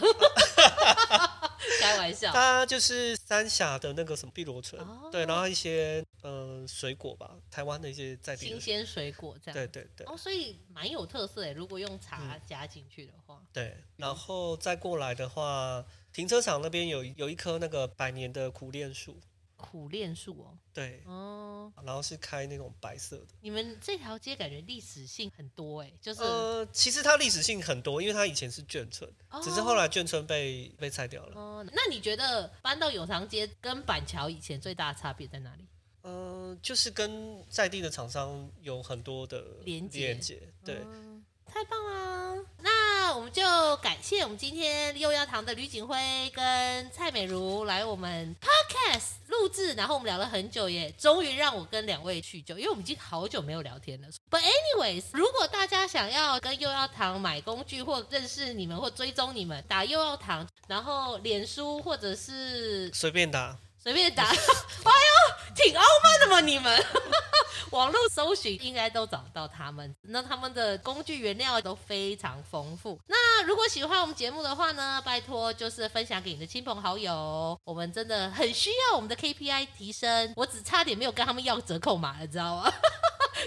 [SPEAKER 1] 开玩笑。
[SPEAKER 2] 它就是三峡的那个什么碧螺春，
[SPEAKER 1] 哦
[SPEAKER 2] 对，然后一些呃水果吧，台湾的一些在地
[SPEAKER 1] 新
[SPEAKER 2] 的，
[SPEAKER 1] 鲜水果这样。
[SPEAKER 2] 对嗯对对
[SPEAKER 1] 哦，所以蛮有特色诶。如果用茶加进去的话，
[SPEAKER 2] 对，然后再过来的话，停车场那边有有一棵那个百年的苦楝树，
[SPEAKER 1] 苦楝树哦。
[SPEAKER 2] 对，
[SPEAKER 1] 哦，
[SPEAKER 2] 然后是开那种白色的。
[SPEAKER 1] 你们这条街感觉历史性很多诶，就是、
[SPEAKER 2] 呃，其实它历史性很多，因为它以前是眷村，
[SPEAKER 1] 哦
[SPEAKER 2] 只是后来眷村被被拆掉了。
[SPEAKER 1] 哦，那你觉得搬到永长街跟板桥以前最大的差别在哪里？
[SPEAKER 2] 呃，就是跟在地的厂商有很多的
[SPEAKER 1] 连结
[SPEAKER 2] 接对，
[SPEAKER 1] 嗯太棒了！那我们就感谢我们今天幼药堂的吕景辉跟蔡美如来我们 podcast 录制，然后我们聊了很久耶，终于让我跟两位叙旧，因为我们已经好久没有聊天了。But anyways，如果大家想要跟幼药堂买工具或认识你们或追踪你们，打幼药堂，然后脸书或者是
[SPEAKER 2] 随便打。
[SPEAKER 1] 随便打，哎 [laughs] 呦，挺傲慢的嘛你们。 [laughs] 网络搜寻应该都找到他们，那他们的工具原料都非常丰富。那如果喜欢我们节目的话呢，拜托就是分享给你的亲朋好友，我们真的很需要我们的 KPI 提升。我只差点没有跟他们要折扣码了， [laughs] 知道吗？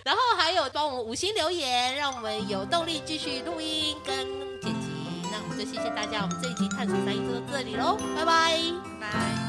[SPEAKER 1] 然后还有帮我们五星留言，让我们有动力继续录音跟剪辑。那我们就谢谢大家，我们这一集探索三一就到这里喽，拜拜。
[SPEAKER 3] 拜。